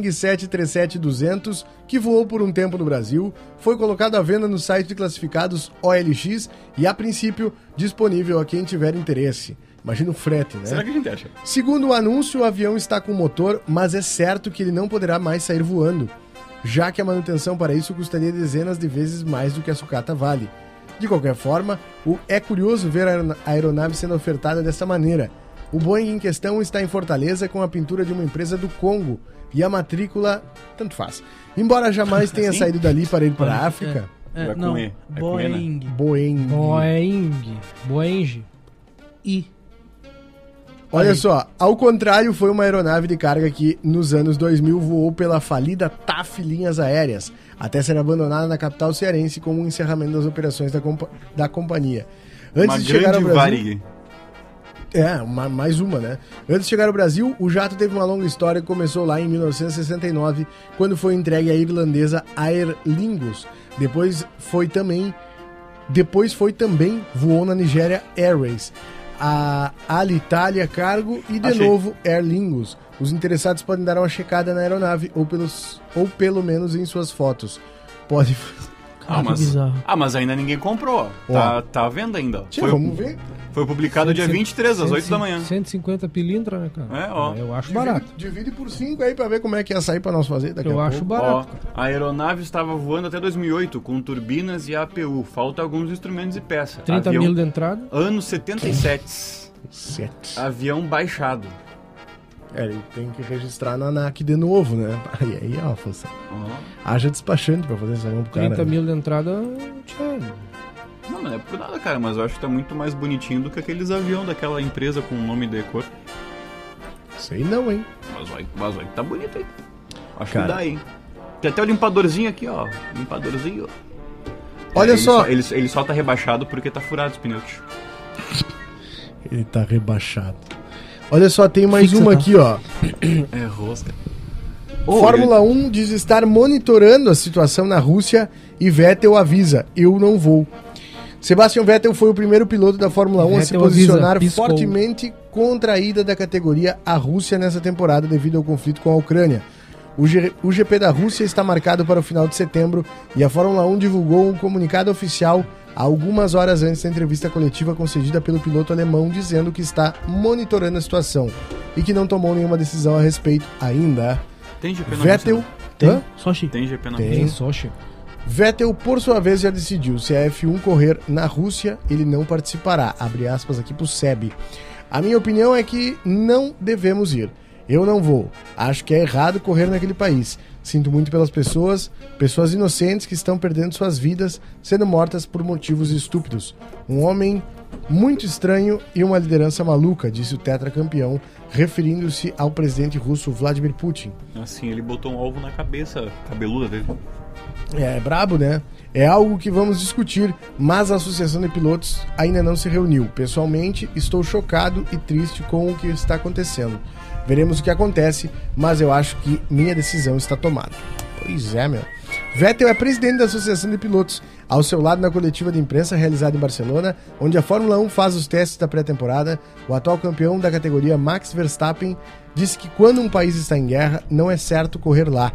Speaker 1: 737-200 que voou por um tempo no Brasil, foi colocado à venda no site de classificados OLX e a princípio disponível a quem tiver interesse. Imagina o frete, né?
Speaker 2: Será que a gente acha?
Speaker 1: Segundo o anúncio, o avião está com motor, mas é certo que ele não poderá mais sair voando, já que a manutenção para isso custaria dezenas de vezes mais do que a sucata vale. De qualquer forma, o- é curioso ver a aerona- a aeronave sendo ofertada dessa maneira. O Boeing em questão está em Fortaleza com a pintura de uma empresa do Congo e a matrícula, tanto faz. Embora jamais tenha
Speaker 2: Sim.
Speaker 1: saído dali para ir para a África,
Speaker 3: É,
Speaker 2: Vai com
Speaker 3: não,
Speaker 2: E. Vai com E, né?
Speaker 3: Boeing.
Speaker 1: Boeing.
Speaker 4: Boeing. Boeing.
Speaker 3: I.
Speaker 1: Olha só, ao contrário, foi uma aeronave de carga que nos anos 2000 voou pela falida TAF Linhas Aéreas, até ser abandonada na capital cearense como um encerramento das operações da, compa- da companhia. Antes
Speaker 2: Uma
Speaker 1: de chegar ao
Speaker 2: grande
Speaker 1: Brasil,
Speaker 2: Varig.
Speaker 1: é, uma- mais uma, né? Antes de chegar ao Brasil, o jato teve uma longa história que começou lá em 1969, quando foi entregue à irlandesa Aer Lingus. Depois foi também depois foi também voou na Nigéria Airways, a Alitalia Cargo e de
Speaker 2: Achei.
Speaker 1: novo Aer Lingus. Os interessados podem dar uma checada na aeronave ou pelos ou pelo menos em suas fotos. Pode.
Speaker 2: Ah,
Speaker 3: que
Speaker 2: mas,
Speaker 3: bizarro.
Speaker 2: ah, mas ainda ninguém comprou. ó. Tá, tá à venda ainda.
Speaker 1: Tchê,
Speaker 2: Foi-
Speaker 1: vamos ver.
Speaker 2: Foi publicado dia 23, às 8 da manhã.
Speaker 4: 150 pilintra, né, cara?
Speaker 2: É, ó.
Speaker 4: Eu acho
Speaker 1: Divide-
Speaker 4: barato.
Speaker 1: Divide por 5 aí pra ver como é que ia sair pra nós fazer daqui
Speaker 4: Eu
Speaker 1: a
Speaker 4: acho
Speaker 1: pouco.
Speaker 4: barato.
Speaker 2: Ó, a aeronave estava voando até 2008 com turbinas e APU. Falta alguns instrumentos e peça.
Speaker 4: 30
Speaker 2: Avião-
Speaker 4: mil de entrada.
Speaker 2: Ano 77.
Speaker 1: Sete.
Speaker 2: Avião baixado.
Speaker 1: É, ele tem que registrar na ANAC de novo, né? E aí, ó, Afonso,
Speaker 2: Uhum.
Speaker 1: haja despachante pra fazer essa mão pro
Speaker 4: 30
Speaker 1: cara. né?
Speaker 4: mil de entrada. tchê,
Speaker 2: Não, não é por nada, cara, mas eu acho que tá muito mais bonitinho do que aqueles aviões daquela empresa com o nome de cor.
Speaker 1: Sei não, hein?
Speaker 2: Mas olha, mas olha que tá bonito aí. Acho
Speaker 1: Cara.
Speaker 2: que dá, hein? Tem até o limpadorzinho aqui, ó. Limpadorzinho.
Speaker 1: Olha
Speaker 2: ele
Speaker 1: só.
Speaker 2: Ele, ele só tá rebaixado porque tá furado os pneus.
Speaker 1: Ele tá rebaixado. Olha só, tem mais
Speaker 3: Fixa,
Speaker 1: uma
Speaker 3: tá?
Speaker 1: aqui, ó.
Speaker 2: É rosca.
Speaker 1: Fórmula 1 diz estar monitorando a situação na Rússia e Vettel avisa: eu não vou. Sebastian Vettel foi o primeiro piloto da Fórmula 1 a se
Speaker 4: Vettel avisa,
Speaker 1: posicionar
Speaker 4: piscou.
Speaker 1: fortemente contra a ida da categoria à Rússia nessa temporada devido ao conflito com a Ucrânia. O, G- o GP da Rússia está marcado para o final de setembro e a Fórmula 1 divulgou um comunicado oficial algumas horas antes da entrevista coletiva concedida pelo piloto alemão, dizendo que está monitorando a situação e que não tomou nenhuma decisão a respeito ainda.
Speaker 2: Tem GP na
Speaker 1: Vettel.
Speaker 2: Rússia,
Speaker 3: Tem?
Speaker 1: Hã?
Speaker 3: Só
Speaker 2: né?
Speaker 3: X.
Speaker 2: Tem GP na
Speaker 1: Tem.
Speaker 2: Rússia.
Speaker 4: Em Sochi.
Speaker 1: Vettel, por sua vez, já decidiu. Se a F1 correr na Rússia, ele não participará. Abre aspas aqui pro SEB. A minha opinião é que não devemos ir. Eu não vou. Acho que é errado correr naquele país. Sinto muito pelas pessoas, pessoas inocentes que estão perdendo suas vidas, sendo mortas por motivos estúpidos. Um homem muito estranho e uma liderança maluca, disse o tetracampeão, referindo-se ao presidente russo Vladimir Putin.
Speaker 2: Assim, ele botou um alvo na cabeça cabeluda dele.
Speaker 1: É brabo, né? É algo que vamos discutir, mas a Associação de Pilotos ainda não se reuniu. Pessoalmente, estou chocado e triste com o que está acontecendo. Veremos o que acontece, mas eu acho que minha decisão está tomada. Pois é, meu. Vettel é presidente da Associação de Pilotos, ao seu lado na coletiva de imprensa realizada em Barcelona, onde a Fórmula 1 faz os testes da pré-temporada, o atual campeão da categoria Max Verstappen disse que quando um país está em guerra, não é certo correr lá.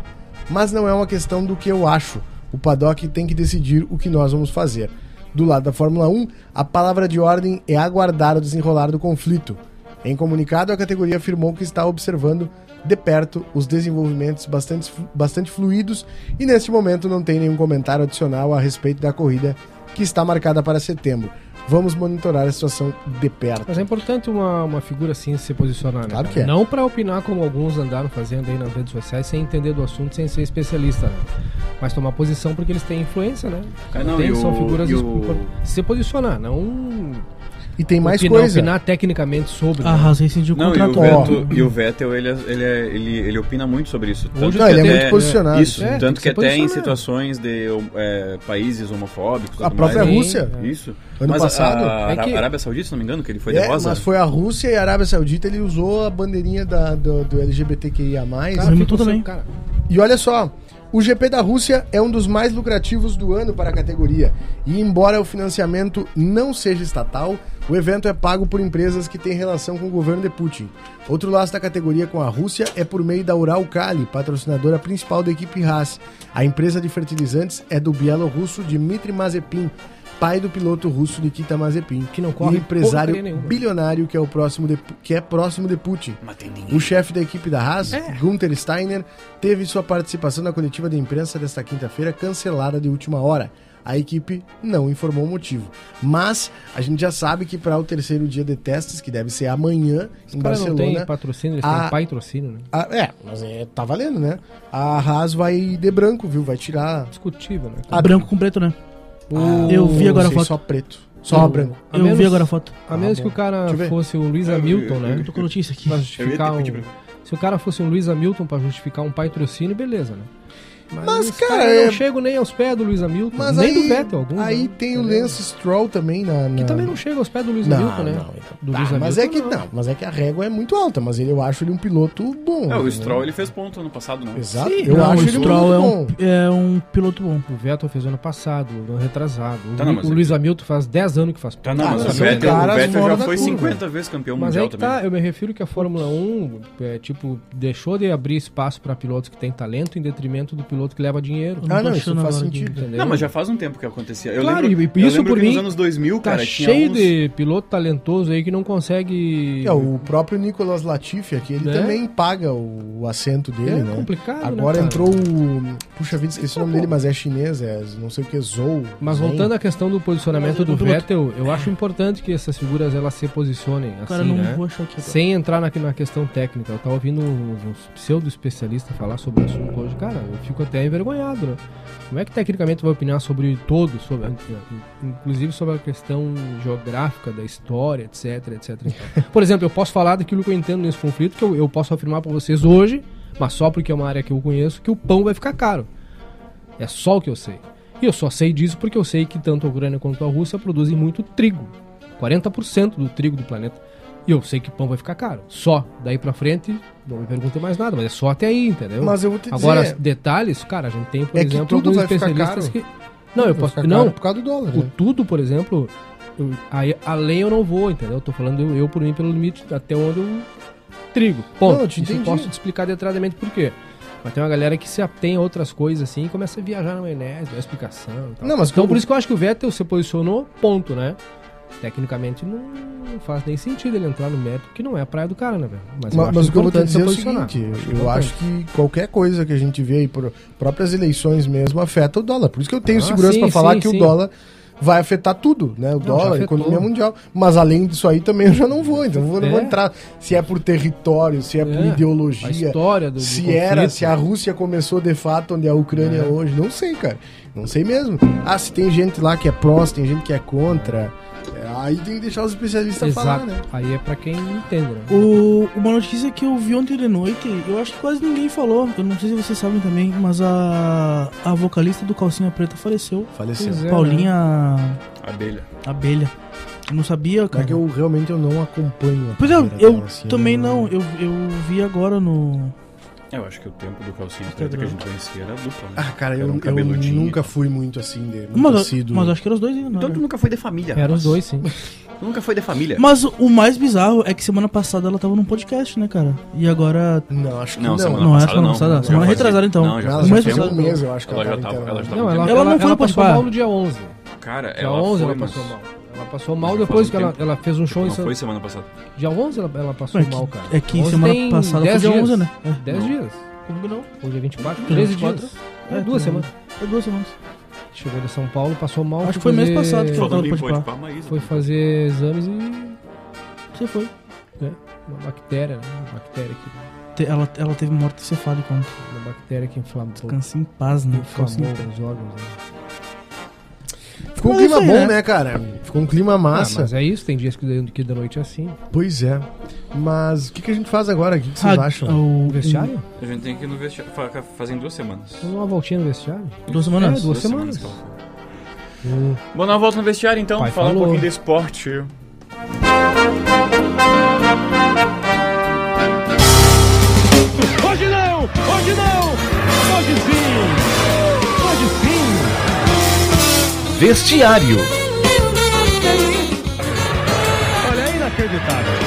Speaker 1: Mas não é uma questão do que eu acho. O paddock tem que decidir o que nós vamos fazer. Do lado da Fórmula 1, a palavra de ordem é aguardar o desenrolar do conflito. Em comunicado, a categoria afirmou que está observando de perto os desenvolvimentos bastante, bastante fluidos e neste momento não tem nenhum comentário adicional a respeito da corrida que está marcada para setembro. Vamos monitorar a situação de perto.
Speaker 4: Mas é importante uma, uma figura assim se posicionar, né?
Speaker 1: Claro
Speaker 4: cara?
Speaker 1: que é.
Speaker 4: Não pra opinar como alguns andaram fazendo aí nas redes sociais, sem entender do assunto, sem ser especialista, né? Mas tomar posição porque eles têm influência, né? Os caras
Speaker 2: É, não,
Speaker 4: têm-
Speaker 2: e o-
Speaker 4: são figuras
Speaker 2: e o-
Speaker 4: importantes. se posicionar, não
Speaker 1: E tem mais
Speaker 4: opinar,
Speaker 1: coisa.
Speaker 4: opinar tecnicamente sobre. né?
Speaker 3: Ah, rescindiu o
Speaker 2: Não, e o,
Speaker 3: contrato.
Speaker 2: Vettel, e o Vettel, ele, ele, é- ele, ele opina muito sobre isso. Tanto
Speaker 1: Não, ele é
Speaker 2: que
Speaker 1: muito
Speaker 2: até-
Speaker 1: posicionado.
Speaker 2: Isso,
Speaker 4: É, tem
Speaker 2: tanto
Speaker 4: que
Speaker 2: que
Speaker 4: se
Speaker 2: até em
Speaker 4: posicionar.
Speaker 2: situações de é, países homofóbicos.
Speaker 1: A
Speaker 2: tudo
Speaker 1: própria
Speaker 2: mais,
Speaker 1: Rússia.
Speaker 2: né? Isso.
Speaker 1: Ano
Speaker 2: Mas a-
Speaker 1: passado,
Speaker 2: A,
Speaker 4: é que-
Speaker 2: a Arábia Saudita, se não me engano, que ele foi
Speaker 1: É,
Speaker 2: de rosa.
Speaker 1: mas foi a Rússia e a Arábia Saudita, ele usou a bandeirinha da- do, do LGBTQIA.
Speaker 4: Cara,
Speaker 3: Mas
Speaker 4: ficam
Speaker 3: tudo
Speaker 4: sem-
Speaker 3: bem.
Speaker 4: Então, cara,
Speaker 1: assim. E olha só, o GP da Rússia é um dos mais lucrativos do ano para a categoria. E embora o financiamento não seja estatal, o evento é pago por empresas que têm relação com o governo de Putin. Outro laço da categoria com a Rússia é por meio da Uralkali, patrocinadora principal da equipe Haas. A empresa de fertilizantes é do bielorrusso Dmitry Mazepin, pai do piloto russo Nikita Mazepin, que
Speaker 4: não corre
Speaker 1: e empresário
Speaker 4: porcaria nenhuma.
Speaker 1: bilionário que é o próximo de- que é próximo de Putin. O chefe da equipe da Haas, Gunther Steiner, teve sua participação na coletiva de imprensa desta quinta-feira cancelada de última hora. A equipe não informou o motivo. Mas a gente já sabe que para o terceiro dia de testes, que deve ser amanhã em
Speaker 4: cara não tem
Speaker 1: Barcelona.
Speaker 4: patrocínio, eles
Speaker 1: a-
Speaker 4: têm patrocínio, né?
Speaker 1: a- é, mas é, tá valendo, né? A Haas vai de branco, viu? Vai tirar.
Speaker 4: Discutível, né?
Speaker 1: Ah,
Speaker 3: Branco com preto, né?
Speaker 1: Ah,
Speaker 3: eu vi agora a
Speaker 1: sei,
Speaker 3: foto.
Speaker 1: Só preto. Só
Speaker 4: O-
Speaker 1: branco.
Speaker 4: A
Speaker 3: eu
Speaker 4: menos-
Speaker 3: vi agora a foto.
Speaker 4: A menos que o
Speaker 1: Ah, Deixa
Speaker 4: cara
Speaker 1: eu ver.
Speaker 4: fosse o Luiz Hamilton, né?
Speaker 3: Eu tô com a notícia aqui.
Speaker 4: Pra
Speaker 2: Eu ia ter
Speaker 4: justificar um...
Speaker 2: que pedir
Speaker 4: Se o cara fosse um Luiz Hamilton pra justificar um patrocínio, beleza, né?
Speaker 1: Mas,
Speaker 4: os
Speaker 1: cara,
Speaker 4: caras
Speaker 1: é-
Speaker 4: não chego nem aos pés do Luiz Hamilton,
Speaker 1: Mas
Speaker 4: nem
Speaker 1: aí,
Speaker 4: do Vettel. Alguns,
Speaker 1: aí
Speaker 4: né?
Speaker 1: tem o
Speaker 4: Entendeu?
Speaker 1: Lance Stroll também na. na...
Speaker 4: Que também não chega aos pés do Luiz
Speaker 1: Não,
Speaker 4: Hamilton, né?
Speaker 1: não,
Speaker 4: Do
Speaker 1: Tá,
Speaker 4: Lewis
Speaker 1: mas é
Speaker 4: Hamilton,
Speaker 1: que não. mas é que a régua é muito alta, mas ele, eu acho ele um piloto bom.
Speaker 2: É, o
Speaker 1: né?
Speaker 2: Stroll, ele fez ponto ano passado, né? não.
Speaker 1: Exato.
Speaker 4: Sim,
Speaker 1: eu
Speaker 3: Não,
Speaker 1: acho
Speaker 3: o
Speaker 1: ele
Speaker 3: Stroll é
Speaker 1: muito
Speaker 3: um,
Speaker 1: bom.
Speaker 3: é um piloto bom.
Speaker 4: O Vettel fez ano passado, ano retrasado. O
Speaker 2: Tá,
Speaker 4: Lu-
Speaker 2: não, mas
Speaker 4: o
Speaker 2: é-
Speaker 4: Luiz Hamilton faz 10 anos que faz
Speaker 2: Tá, não, mas
Speaker 1: Ah,
Speaker 2: o
Speaker 1: são
Speaker 2: Vettel, o
Speaker 1: caras
Speaker 2: Vettel
Speaker 1: fora
Speaker 2: já
Speaker 1: da
Speaker 2: foi
Speaker 1: curva.
Speaker 2: 50 vezes campeão
Speaker 4: Mas
Speaker 2: mundial
Speaker 4: aí que
Speaker 2: também.
Speaker 4: tá, eu me refiro que a Fórmula 1, é, tipo, deixou de abrir espaço pra pilotos que têm talento em detrimento do piloto que leva dinheiro.
Speaker 3: não
Speaker 1: Ah, não,
Speaker 3: tô
Speaker 1: isso
Speaker 3: achando
Speaker 1: faz
Speaker 3: agora aqui.
Speaker 1: sentido.
Speaker 4: Entendeu?
Speaker 2: Não, mas já faz um tempo que acontecia. Eu
Speaker 4: Claro,
Speaker 2: lembro,
Speaker 4: e- e
Speaker 2: eu
Speaker 4: isso
Speaker 2: lembro
Speaker 4: por
Speaker 2: que
Speaker 4: mim
Speaker 2: nos anos 2000,
Speaker 4: Tá
Speaker 2: cara, tinha
Speaker 4: cheio
Speaker 2: uns...
Speaker 4: de piloto talentoso aí que não consegue.
Speaker 1: É, o próprio Nicolas Latifi aqui, ele
Speaker 4: Né?
Speaker 1: também paga o, o assento dele,
Speaker 4: É
Speaker 1: né?
Speaker 4: complicado, né,
Speaker 1: Agora
Speaker 4: cara?
Speaker 1: entrou o. Puxa vida, esqueci o nome dele, mas é chinês, é não sei o que, Zou.
Speaker 4: Mas
Speaker 1: Zen.
Speaker 4: voltando à questão do posicionamento
Speaker 3: Mas eu
Speaker 4: do
Speaker 3: tô piloto.
Speaker 4: Vettel, eu acho importante que essas figuras elas se posicionem assim,
Speaker 3: Cara, não
Speaker 4: né?
Speaker 3: vou achar aqui. tá? agora.
Speaker 4: Sem entrar na, na questão técnica. Eu tava ouvindo uns, uns pseudo-especialistas falar sobre o assunto hoje. Cara, eu fico até envergonhado, né? Como é que tecnicamente vai opinar sobre todo, sobre, inclusive sobre a questão geográfica da história, etc, etc. etc. Por exemplo, eu posso falar daquilo que eu entendo nesse conflito, que eu, eu posso afirmar pra vocês hoje, mas só porque é uma área que eu conheço, que o pão vai ficar caro. É só o que eu sei. E eu só sei disso porque eu sei que tanto a Ucrânia quanto a Rússia produzem muito trigo. 40% do trigo do planeta. E eu sei que pão vai ficar caro. Só. Daí pra frente, não me perguntem mais nada, mas é só até aí, entendeu?
Speaker 1: Mas eu vou te
Speaker 4: Agora,
Speaker 1: dizer.
Speaker 4: detalhes, cara, a gente tem, por
Speaker 1: É que
Speaker 4: exemplo,
Speaker 1: tudo
Speaker 4: alguns
Speaker 1: vai ficar
Speaker 4: especialistas
Speaker 1: caro?
Speaker 4: que. Não, eu
Speaker 1: Vai
Speaker 4: posso.
Speaker 1: ficar
Speaker 4: Não,
Speaker 1: caro por causa do dólar,
Speaker 4: o
Speaker 1: né?
Speaker 4: tudo, por exemplo, eu, aí, além eu não vou, entendeu? Eu tô falando eu, eu por mim pelo limite até onde eu trigo. Ponto.
Speaker 1: Não, eu te
Speaker 4: Isso eu
Speaker 1: entendi.
Speaker 4: posso te explicar detalhadamente por quê. Mas tem uma galera que se atém a outras coisas assim e começa a viajar na maionese, dá explicação e tal.
Speaker 1: Não, mas
Speaker 4: então
Speaker 1: como-
Speaker 4: por isso que eu acho que o Vettel se posicionou, ponto, né? Tecnicamente não, não faz nem sentido ele entrar no mérito, que não é a praia do cara, né, velho?
Speaker 1: Mas,
Speaker 4: eu
Speaker 1: mas,
Speaker 4: acho
Speaker 1: o que eu vou te
Speaker 4: importante
Speaker 1: dizer é o
Speaker 4: se posicionar.
Speaker 1: seguinte, eu
Speaker 4: importante.
Speaker 1: acho que qualquer coisa que a gente vê aí, por próprias eleições mesmo, afeta o dólar. Por isso que eu tenho
Speaker 4: Ah,
Speaker 1: segurança
Speaker 4: sim,
Speaker 1: para falar
Speaker 4: sim,
Speaker 1: que
Speaker 4: sim.
Speaker 1: o dólar vai afetar tudo, né? O dólar, a
Speaker 4: afetou.
Speaker 1: economia mundial. Mas além disso aí também eu já não vou, então eu vou- não vou
Speaker 4: É.
Speaker 1: entrar. Se é por território, se é, por
Speaker 4: É, a
Speaker 1: ideologia,
Speaker 4: história do, do
Speaker 1: se era,
Speaker 4: conflito.
Speaker 1: se a Rússia começou de fato onde é a Ucrânia
Speaker 4: É.
Speaker 1: hoje, não sei, cara. Não sei mesmo. Ah, se tem gente lá que é pró, se tem gente que é contra. é, Aí tem que deixar os especialistas
Speaker 4: Exato.
Speaker 1: falar, né?
Speaker 4: Aí é pra quem entende, né?
Speaker 3: O- uma notícia que eu vi ontem de noite, eu acho que quase ninguém falou, eu não sei se vocês sabem também, mas a, a vocalista do Calcinha Preta faleceu.
Speaker 1: Faleceu.
Speaker 4: Pois é,
Speaker 3: Paulinha
Speaker 2: Abelha.
Speaker 3: Abelha. né? Eu não sabia,
Speaker 1: É
Speaker 3: cara.
Speaker 1: que eu realmente eu não acompanho. a
Speaker 3: Pois é, eu,
Speaker 1: carreira dela, assim,
Speaker 3: também não, eu, eu vi agora no...
Speaker 2: É, Eu acho que o tempo do calcinha preta que a gente conhecia era dupla, né?
Speaker 1: Ah, cara,
Speaker 2: Era
Speaker 1: eu,
Speaker 2: um
Speaker 1: eu
Speaker 2: cabeludinho.
Speaker 1: nunca fui muito assim de muito
Speaker 3: Mas,
Speaker 1: assíduo.
Speaker 3: mas acho que era os dois ainda, não
Speaker 2: Então
Speaker 3: era?
Speaker 2: tu nunca foi de família.
Speaker 4: Eram
Speaker 2: rapaz.
Speaker 4: os dois, sim.
Speaker 2: Tu nunca foi de família.
Speaker 3: Mas o mais bizarro é que semana passada ela tava num podcast, né, cara? E agora.
Speaker 1: Não, acho que não.
Speaker 2: Não, semana
Speaker 3: não é
Speaker 2: passada
Speaker 3: semana
Speaker 2: não.
Speaker 3: passada,
Speaker 2: Já
Speaker 3: semana
Speaker 2: fazia-
Speaker 3: retrasada, então.
Speaker 2: Não, já
Speaker 1: Ela
Speaker 3: Mas
Speaker 2: fazia
Speaker 1: já
Speaker 3: fazia
Speaker 1: fez
Speaker 2: tempo.
Speaker 1: um mês, eu acho que
Speaker 2: Ela já tava,
Speaker 1: internada.
Speaker 2: ela já tava.
Speaker 4: Não, ela,
Speaker 3: Ela não foi
Speaker 4: ela passou
Speaker 3: participar.
Speaker 4: mal no dia 11.
Speaker 2: Cara,
Speaker 4: Dia
Speaker 2: ela
Speaker 4: 11
Speaker 2: foi,
Speaker 4: ela
Speaker 2: mas-
Speaker 4: passou mal. Ela passou mal
Speaker 2: Já faz
Speaker 4: depois
Speaker 2: um
Speaker 4: que ela,
Speaker 2: tempo.
Speaker 4: ela fez um show em
Speaker 2: Não
Speaker 4: São
Speaker 2: foi semana passada.
Speaker 4: Dia 11 ela, ela passou
Speaker 3: É que-
Speaker 4: mal, cara.
Speaker 3: é que semana passada foi dia 11, né? É.
Speaker 4: 10
Speaker 2: Não.
Speaker 4: dias.
Speaker 3: Comigo não.
Speaker 4: Hoje é 24, 13 dias.
Speaker 3: É,
Speaker 4: É, duas
Speaker 3: tem-
Speaker 4: semanas.
Speaker 3: É duas semanas.
Speaker 4: Chegou de São Paulo, passou mal.
Speaker 3: Acho que
Speaker 4: foi
Speaker 3: foi mês
Speaker 4: fazer-
Speaker 3: passado que ela-
Speaker 2: Falando em
Speaker 3: pode
Speaker 2: pode
Speaker 3: pá.
Speaker 2: pá, um Maísa.
Speaker 4: Foi fazer exames e
Speaker 3: Você foi.
Speaker 4: uma bactéria, né? Uma bactéria que,
Speaker 3: Te- ela, ela teve morte cefálica ontem.
Speaker 4: uma bactéria que inflamou,
Speaker 3: Descanse em paz, né? Calcinha
Speaker 4: inflamou os órgãos. Né?
Speaker 1: Ficou um
Speaker 3: Mas
Speaker 1: clima
Speaker 3: isso aí,
Speaker 1: bom,
Speaker 3: né?
Speaker 1: né, cara? Ficou um clima
Speaker 4: Ah,
Speaker 1: massa.
Speaker 4: mas é isso, tem dias que da- que da noite é assim.
Speaker 1: Pois é. Mas o que, que a gente faz agora? O que, que vocês
Speaker 3: Ah,
Speaker 1: acham?
Speaker 3: O
Speaker 4: No vestiário?
Speaker 2: A gente tem que ir no vestiário. fa- Fazem duas semanas.
Speaker 4: Vamos dar uma voltinha no vestiário?
Speaker 3: Duas semanas.
Speaker 4: É, duas semanas.
Speaker 2: que ela foi. Bom, dar uma Hum. volta no vestiário então,
Speaker 4: Pai
Speaker 2: falar
Speaker 4: falou.
Speaker 2: um pouquinho de esporte.
Speaker 5: Hoje não! Hoje não! Hoje sim! Hoje sim!
Speaker 6: Vestiário.
Speaker 5: Olha, é inacreditável.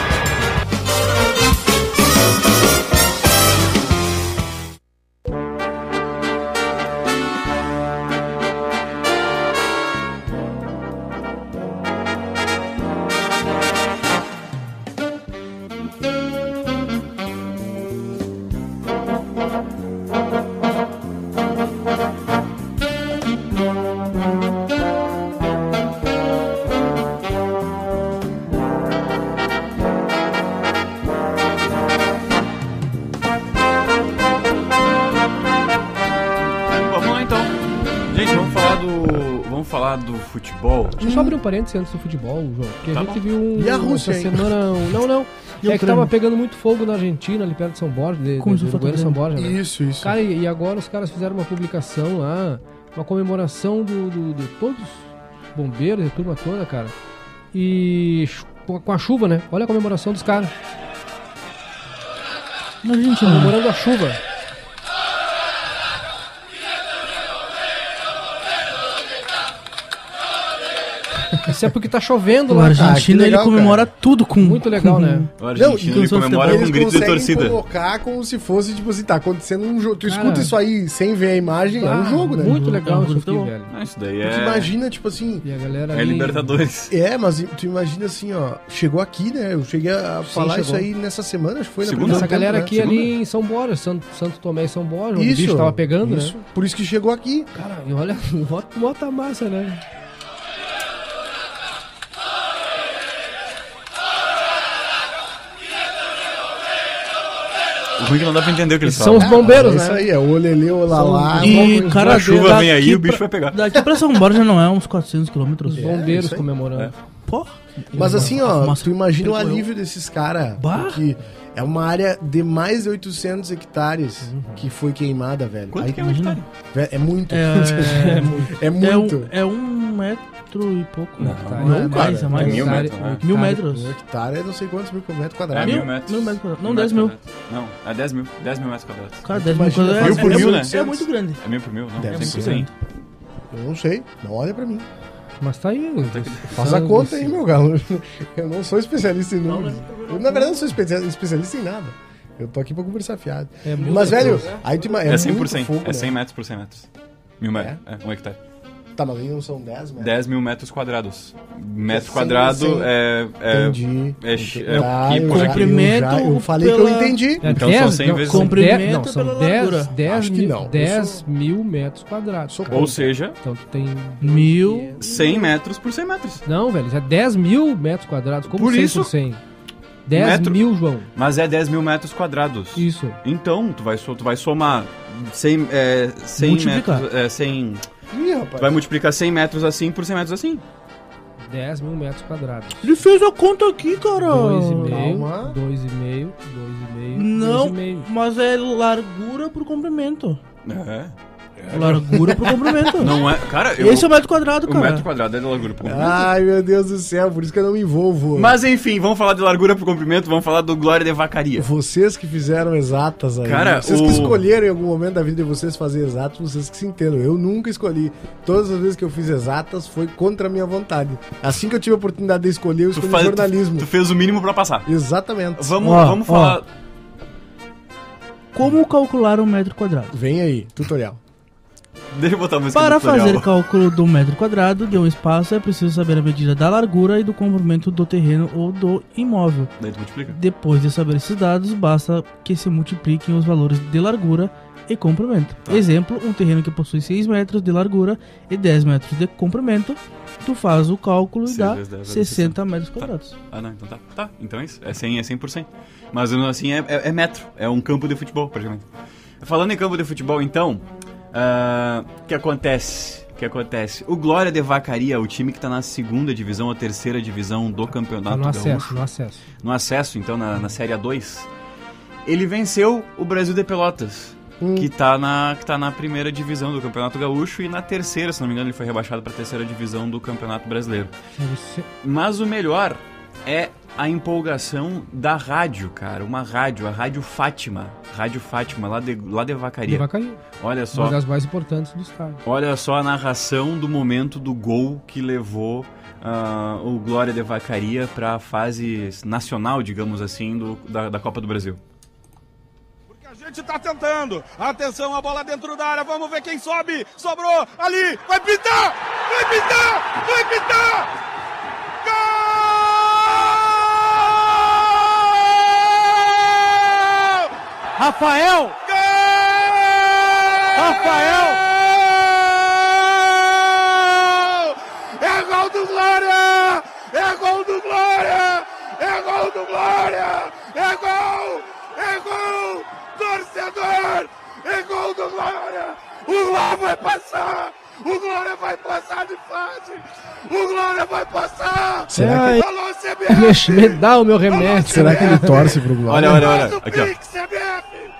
Speaker 2: Vamos lá então. Gente, vamos falar do. Vamos falar do futebol.
Speaker 4: Deixa eu
Speaker 3: Hum.
Speaker 4: só abrir um parênteses antes do futebol, João. Porque a
Speaker 2: Tá
Speaker 4: gente
Speaker 2: bom.
Speaker 4: viu um,
Speaker 1: E a Rússia,
Speaker 4: essa
Speaker 1: hein?
Speaker 4: semana. um- Não, não. é que
Speaker 3: Ucrânia?
Speaker 4: tava pegando muito fogo na Argentina, ali perto de São Borja, de,
Speaker 3: Como
Speaker 4: de,
Speaker 3: isso
Speaker 4: de
Speaker 3: foi
Speaker 4: Goiânia, São Borja. Né?
Speaker 1: Isso, isso.
Speaker 4: Cara, e, e agora os caras fizeram uma publicação lá, uma comemoração do, do- de todos os bombeiros e turma toda, cara. E chu- com a- com a chuva, né? Olha a comemoração dos caras.
Speaker 3: Na Argentina. né?
Speaker 4: Comemorando a chuva. Isso é porque tá chovendo
Speaker 3: A
Speaker 4: lá, cara.
Speaker 2: Ah,
Speaker 1: que
Speaker 3: Argentina
Speaker 1: legal,
Speaker 3: ele comemora tudo com.
Speaker 4: Muito legal, né?
Speaker 2: O argentino ele
Speaker 3: inclusão
Speaker 2: comemora com
Speaker 1: Eles
Speaker 2: um grito de
Speaker 1: conseguem
Speaker 2: torcida.
Speaker 1: colocar como se fosse, tipo assim, tá acontecendo um jogo. Tu
Speaker 4: Cara.
Speaker 1: escuta isso aí sem ver a imagem, é um
Speaker 4: Ah,
Speaker 1: jogo, né?
Speaker 4: Muito
Speaker 3: É
Speaker 4: legal
Speaker 3: um
Speaker 4: isso
Speaker 3: jogo
Speaker 4: aqui,
Speaker 3: tão bom.
Speaker 4: velho.
Speaker 2: Ah, isso daí
Speaker 1: Tu
Speaker 2: é.
Speaker 1: imagina, tipo assim,
Speaker 4: E a galera
Speaker 2: É
Speaker 4: ali-
Speaker 2: Libertadores.
Speaker 1: É, mas tu imagina assim, ó, chegou aqui, né? Eu cheguei a falar
Speaker 4: chegou.
Speaker 1: isso aí nessa semana, acho que foi
Speaker 2: Segunda?
Speaker 1: na
Speaker 4: Essa galera aqui
Speaker 1: ali.
Speaker 4: ali em São Borja, Santo, Santo Tomé e São Borja, onde o bicho tava pegando, né?
Speaker 1: Por isso que chegou aqui.
Speaker 4: Cara, e olha, bota, bota a massa, né?
Speaker 2: O ruim é que não dá pra entender o que
Speaker 4: Eles
Speaker 2: eles
Speaker 4: são
Speaker 2: falam.
Speaker 4: os bombeiros,
Speaker 1: é isso
Speaker 4: né?
Speaker 1: aí, é o olelê, o lalá.
Speaker 3: E, um cara,
Speaker 2: A Ah, chuva
Speaker 3: daqui
Speaker 2: vem aí, o
Speaker 3: pra-
Speaker 2: bicho vai pegar.
Speaker 3: Daqui pra São Borja não é uns 400 quilômetros.
Speaker 4: Os
Speaker 1: É,
Speaker 4: bombeiros
Speaker 1: isso aí.
Speaker 4: comemorando.
Speaker 2: É.
Speaker 3: Porra.
Speaker 1: Mas assim, ó,
Speaker 3: Nossa,
Speaker 1: tu imagina o
Speaker 3: pegou eu.
Speaker 1: alívio desses caras.
Speaker 3: Bah!
Speaker 1: Porque é uma área de mais de 800 hectares
Speaker 4: Uhum.
Speaker 1: que foi queimada, velho.
Speaker 2: Quanto
Speaker 1: Aí-
Speaker 2: que é o hectare?
Speaker 1: Vé- É muito.
Speaker 3: É,
Speaker 1: É
Speaker 3: é,
Speaker 1: muito.
Speaker 3: um, é um metro e pouco.
Speaker 2: Não,
Speaker 3: Tá,
Speaker 4: Tá,
Speaker 1: não,
Speaker 4: né?
Speaker 3: é mais,
Speaker 1: cara,
Speaker 3: é mais.
Speaker 2: é mil metros, né?
Speaker 3: Mil
Speaker 4: Cara,
Speaker 3: metros.
Speaker 1: Um hectare é não sei quantos mil metros
Speaker 2: É
Speaker 1: quadrados.
Speaker 2: mil
Speaker 3: mil-
Speaker 2: metros.
Speaker 3: mil metros quadrados. Não,
Speaker 2: metros
Speaker 3: 10 mil.
Speaker 2: quadrados. Não, é 10 mil. 10 mil metros quadrados.
Speaker 3: Cara, 10 mil
Speaker 1: Imagina,
Speaker 3: quadrados.
Speaker 2: mil por
Speaker 3: é,
Speaker 2: mil,
Speaker 3: muito-
Speaker 2: né?
Speaker 3: é muito grande.
Speaker 2: É mil por mil? Não,
Speaker 1: Deve
Speaker 2: tem
Speaker 1: ser.
Speaker 2: por cento.
Speaker 1: Eu não sei. Não olha pra mim.
Speaker 4: Mas tá aí.
Speaker 1: Faz a conta aí, meu galo. Eu não sou especialista em números. Eu, na verdade, não sou espe- especialista em nada. Eu tô aqui pra conversar fiado.
Speaker 4: É muito
Speaker 1: mas, velho,
Speaker 4: coisa.
Speaker 1: aí tu ima-
Speaker 2: É,
Speaker 1: é,
Speaker 2: 100%.
Speaker 1: muito fogo,
Speaker 2: é 100
Speaker 1: né?
Speaker 2: metros por 100 metros. Mil metros. É? um hectare.
Speaker 1: Tá, mas aí não são 10 metros.
Speaker 2: 10 mil metros quadrados. Metro
Speaker 1: cem,
Speaker 2: quadrado
Speaker 1: cem.
Speaker 2: é. é
Speaker 1: Entendi.
Speaker 2: é chi-
Speaker 1: Eu-
Speaker 2: é
Speaker 1: tá,
Speaker 2: que
Speaker 1: eu, já, eu,
Speaker 3: comprimento
Speaker 1: já, eu falei que eu
Speaker 3: pela-
Speaker 1: entendi.
Speaker 4: É
Speaker 2: Então
Speaker 4: 10,
Speaker 2: são 100
Speaker 4: não,
Speaker 2: vezes
Speaker 4: são
Speaker 3: 100.
Speaker 4: 10, não, são
Speaker 3: Comprimento
Speaker 4: 10,
Speaker 3: pela
Speaker 4: 10,
Speaker 1: Acho que
Speaker 4: mil,
Speaker 1: não.
Speaker 4: 10
Speaker 1: Isso-
Speaker 4: mil metros quadrados.
Speaker 1: Sou
Speaker 4: cara.
Speaker 2: Ou seja,
Speaker 4: Então tu tem.
Speaker 3: Mil.
Speaker 2: 100 metros por 100 metros.
Speaker 4: Não, velho, é 10 mil metros quadrados. Como
Speaker 2: Por
Speaker 4: 100
Speaker 2: isso-
Speaker 4: por 100? 10
Speaker 2: Metro-
Speaker 4: mil, João.
Speaker 2: Mas é 10 mil metros quadrados.
Speaker 4: Isso.
Speaker 2: Então, tu vai, so- tu vai somar 100, é, 100
Speaker 3: Multiplicar.
Speaker 2: metros. É, 100,
Speaker 1: Ih,
Speaker 2: tu
Speaker 1: rapaz.
Speaker 2: vai multiplicar 100 metros assim por 100 metros assim.
Speaker 4: 10 mil metros quadrados.
Speaker 3: Ele fez a conta aqui, cara.
Speaker 4: 2,5,
Speaker 1: Calma.
Speaker 4: 2,5, 2,5,
Speaker 3: Não,
Speaker 4: 2,5.
Speaker 3: mas é largura pro comprimento.
Speaker 2: É.
Speaker 3: Largura pro comprimento.
Speaker 2: Não é. Cara, eu.
Speaker 3: Esse é o metro quadrado,
Speaker 2: o
Speaker 3: cara.
Speaker 2: metro quadrado é de largura pro comprimento.
Speaker 1: Ai, meu Deus do céu, por isso que eu não me
Speaker 3: Ah.
Speaker 1: envolvo.
Speaker 2: Mas enfim, vamos falar de largura pro comprimento, vamos falar do Glória de Vacaria.
Speaker 1: Vocês que fizeram exatas aí.
Speaker 2: Cara,
Speaker 1: vocês
Speaker 2: o-
Speaker 1: que escolheram em algum momento da vida de vocês fazer exatas, vocês que se entendam. Eu nunca escolhi. Todas as vezes que eu fiz exatas foi contra a minha vontade. Assim que eu tive a oportunidade de escolher, eu
Speaker 2: Tu,
Speaker 1: escolhi
Speaker 2: faz-
Speaker 1: jornalismo.
Speaker 2: tu fez o mínimo pra passar.
Speaker 1: Exatamente.
Speaker 2: Vamos,
Speaker 3: Ó,
Speaker 2: vamos
Speaker 3: ó.
Speaker 2: falar.
Speaker 3: Como calcular um metro quadrado?
Speaker 1: Vem aí, tutorial.
Speaker 2: Deixa eu botar a música
Speaker 3: Para
Speaker 2: do é tutorial.
Speaker 3: fazer cálculo do metro quadrado de um espaço, é preciso saber a medida da largura e do comprimento do terreno ou do imóvel.
Speaker 2: Daí tu multiplica.
Speaker 3: Depois de saber esses dados, basta que se multipliquem os valores de largura e comprimento.
Speaker 2: Tá.
Speaker 3: Exemplo, um terreno que possui 6 metros de largura e 10 metros de comprimento, tu faz o cálculo e
Speaker 2: Seis
Speaker 3: dá
Speaker 2: vezes dez vezes
Speaker 3: 60 metros quadrados.
Speaker 2: Ah, não, então tá. Tá, então é isso. É 100, é 100%. Mas assim, é, é- é metro. É um campo de futebol, praticamente. Falando em campo de futebol, então, ah, o que acontece? O que acontece? O Glória de Vacaria, o time que tá na segunda divisão ou terceira divisão do
Speaker 4: Tá
Speaker 2: Campeonato
Speaker 4: no acesso,
Speaker 2: Gaúcho.
Speaker 4: no acesso.
Speaker 2: No acesso, então, na, na Série A2. Ele venceu o Brasil de Pelotas,
Speaker 4: Hum.
Speaker 2: que, tá na, que tá na primeira divisão do Campeonato Gaúcho e na terceira, se não me engano, ele foi rebaixado pra terceira divisão do Campeonato Brasileiro.
Speaker 4: Você-
Speaker 2: Mas o melhor é a empolgação da rádio, cara. Uma rádio, a Rádio Fátima. Rádio Fátima, lá de, lá de Vacaria.
Speaker 4: Vai cair.
Speaker 2: Olha só.
Speaker 4: Uma das mais importantes do estado.
Speaker 2: Olha só a narração do momento do gol que levou ah, o Glória de Vacaria para a fase nacional, digamos assim, do- da, da Copa do Brasil.
Speaker 7: Porque a gente tá tentando. Atenção, a bola dentro da área. Vamos ver quem sobe. Sobrou ali. Vai pintar! Vai pintar! Vai pintar! Gol!
Speaker 5: Rafael!
Speaker 7: Gol! Rafael! É gol do Glória! É gol do Glória! É gol do Glória! É gol! É gol! Torcedor! É gol do Glória! O Glória vai passar! O Glória vai passar de fase! O Glória vai passar!
Speaker 1: Será
Speaker 4: que-
Speaker 7: Alô,
Speaker 4: Mexe-
Speaker 7: CBF!
Speaker 4: Me dá o meu remédio.
Speaker 1: Será que ele torce pro Globo?
Speaker 2: Olha, olha, olha.
Speaker 7: Faz o
Speaker 2: Aqui, ó.
Speaker 7: Pix, CBF!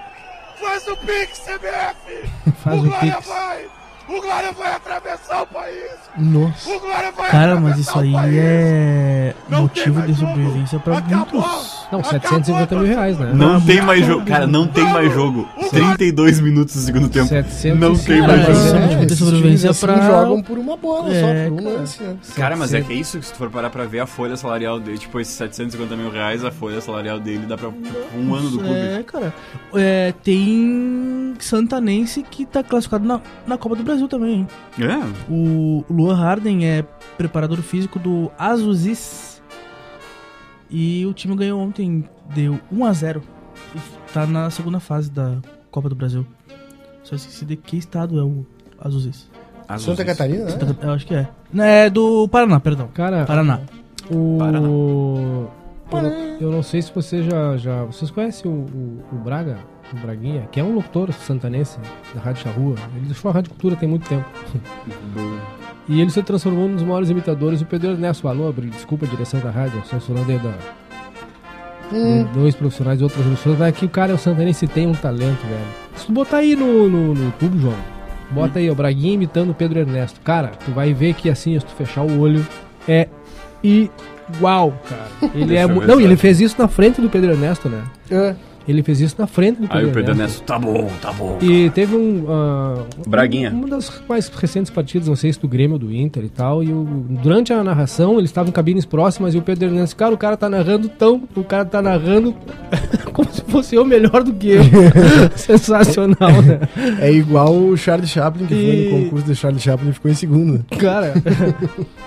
Speaker 7: Faz o Pix, CBF!
Speaker 4: Faz
Speaker 7: o
Speaker 4: o
Speaker 7: Glória
Speaker 4: Pix.
Speaker 7: vai! O Glória vai atravessar o país!
Speaker 3: Nossa.
Speaker 7: O Glória vai
Speaker 3: Cara,
Speaker 7: atravessar
Speaker 3: mas isso
Speaker 7: o
Speaker 3: aí
Speaker 7: país.
Speaker 3: é
Speaker 7: Não tem
Speaker 3: motivo
Speaker 7: mais
Speaker 3: de
Speaker 7: jogo.
Speaker 3: sobrevivência pra
Speaker 7: Acabou.
Speaker 3: muitos.
Speaker 4: Não,
Speaker 7: Acabou,
Speaker 4: 750 mil reais, né?
Speaker 2: Não
Speaker 3: Vamos,
Speaker 2: tem mais jogo.
Speaker 3: vamos.
Speaker 2: Cara, não tem mais jogo. 32 minutos do segundo tempo.
Speaker 4: 700
Speaker 2: Não tem
Speaker 4: e-
Speaker 2: mais
Speaker 3: Cara,
Speaker 2: jogo.
Speaker 3: isso é motivo de
Speaker 1: esses
Speaker 3: sobrevivência
Speaker 1: times assim
Speaker 3: pra-
Speaker 1: jogam por uma bola
Speaker 3: É,
Speaker 1: só, por um
Speaker 3: cara.
Speaker 1: lance, né?
Speaker 2: é Cara, mas é que é isso, se tu for parar pra ver a folha salarial dele, tipo, esses 750 mil reais, a folha salarial dele dá pra tipo, um ano do clube.
Speaker 3: É, cara. É, tem Santanense que tá classificado na, na Copa do Brasil também. hein?
Speaker 2: É,
Speaker 3: O Luan Harden é preparador físico do Azuzis. E o time ganhou ontem, deu 1 a 0 E tá na segunda fase da Copa do Brasil. Só esqueci de que estado é o Azuzis.
Speaker 2: Azul,
Speaker 1: Santa
Speaker 2: isso.
Speaker 1: Catarina, né?
Speaker 3: Eu acho que é. É do Paraná, perdão.
Speaker 4: Cara,
Speaker 3: Paraná.
Speaker 4: o.
Speaker 2: Paraná.
Speaker 4: Eu, não- eu não sei se você já. já vocês conhecem o, o- o Braga, o Braguinha, que é um locutor santanense da Rádio Charrua. Ele deixou a Rádio Cultura tem muito tempo. e ele se transformou num dos maiores imitadores. O Pedro Ernesto falou, abri- desculpa a direção da rádio, censurando aí da. de Dois profissionais de outras emissoras, mas aqui o cara é o santanense tem um talento, velho. Se tu botar aí no, no, no YouTube, João, bota aí, o Braguinha imitando o Pedro Ernesto. Cara, tu vai ver que assim, se tu fechar o olho, é igual, cara. Ele
Speaker 2: Deixa
Speaker 4: é
Speaker 2: eu
Speaker 4: mu-
Speaker 2: ver
Speaker 4: Não,
Speaker 2: só.
Speaker 4: ele fez isso na frente do Pedro Ernesto, né?
Speaker 1: É.
Speaker 4: Ele fez isso na frente do
Speaker 2: Aí o Pedro
Speaker 4: Ernesto.
Speaker 2: Ernesto, tá bom, tá bom.
Speaker 4: E teve um. ah,
Speaker 2: Braguinha.
Speaker 4: Uma das mais recentes partidas, não sei se do Grêmio ou do Inter e tal. E o- durante a narração, eles estavam em cabines próximas e o Pedro Hernandes, cara, o cara tá narrando tão. O cara tá narrando como se fosse eu melhor do que eu. Sensacional, né?
Speaker 1: É igual o Charlie Chaplin, que
Speaker 4: E-
Speaker 1: foi no concurso do Charlie Chaplin e ficou em segundo.
Speaker 4: Cara,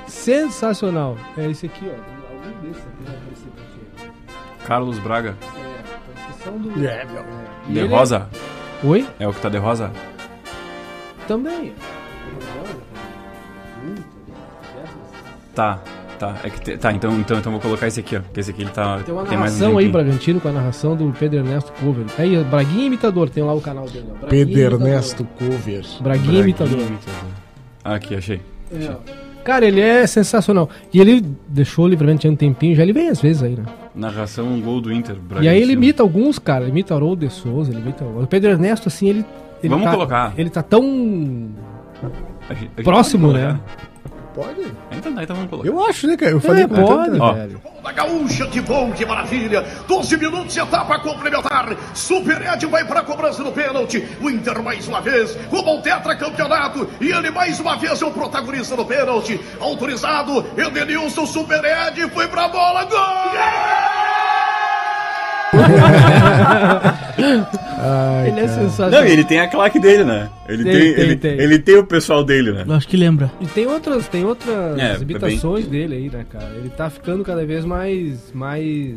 Speaker 4: sensacional. É esse aqui, ó. Algum desses aqui vai aparecer pra ti.
Speaker 2: Carlos Braga,
Speaker 4: É, esses são do.
Speaker 1: É, meu.
Speaker 4: E
Speaker 2: de
Speaker 4: ele-
Speaker 2: rosa.
Speaker 4: Oi?
Speaker 2: É o que tá de rosa?
Speaker 4: Também.
Speaker 2: Tá, tá. É que te- tá, então, então, então eu vou colocar esse aqui, ó. Que esse aqui ele tá.
Speaker 4: Tem uma
Speaker 2: mais um
Speaker 4: narração aí,
Speaker 2: tempinho.
Speaker 4: Bragantino, com a narração do Pedro Ernesto Cover. Aí, Braguinha Imitador, tem lá o canal dele. ó. Braguinha
Speaker 1: Pedro
Speaker 4: Imitador.
Speaker 1: Ernesto Cover.
Speaker 4: Braguinha Imitador.
Speaker 2: Ah, Aqui, achei.
Speaker 4: Cara, ele é sensacional. E ele deixou o livramento tinha um tempinho, já ele vem às vezes aí, né?
Speaker 2: Narração, um gol do Inter.
Speaker 4: E aí ele
Speaker 2: Bragantino.
Speaker 4: imita alguns, cara. Ele imita Haroldo de Souza, ele imita. O Pedro Ernesto, assim, ele. ele
Speaker 2: Vamos
Speaker 4: tá-
Speaker 2: colocar.
Speaker 4: Ele tá tão.
Speaker 2: A gente- a gente
Speaker 4: Próximo, né?
Speaker 2: pode colocar.
Speaker 1: Pode?
Speaker 2: Então, tá, então vamos colocar.
Speaker 1: Eu acho, né, cara? Eu
Speaker 4: Ele
Speaker 1: falei com
Speaker 4: É, pode,
Speaker 2: Ó.
Speaker 4: velho.
Speaker 7: Da Gaúcha, que bom, que maravilha. 12 minutos, etapa complementar. Super Ed vai para a cobrança do pênalti. O Inter mais uma vez, como um tetracampeonato. E ele mais uma vez é o protagonista do pênalti. Autorizado, Edenilson Super Ed foi para a bola. Gol!
Speaker 4: Ele é sensacional.
Speaker 2: Não, e ele tem a claque dele, né? Ele tem,
Speaker 4: Tem, tem,
Speaker 2: ele,
Speaker 4: tem.
Speaker 2: ele tem o pessoal dele, né?
Speaker 3: Eu acho que lembra.
Speaker 4: E tem outras, tem outras
Speaker 2: É, tá
Speaker 4: imitações dele aí, né, cara? Ele tá ficando cada vez mais. mais.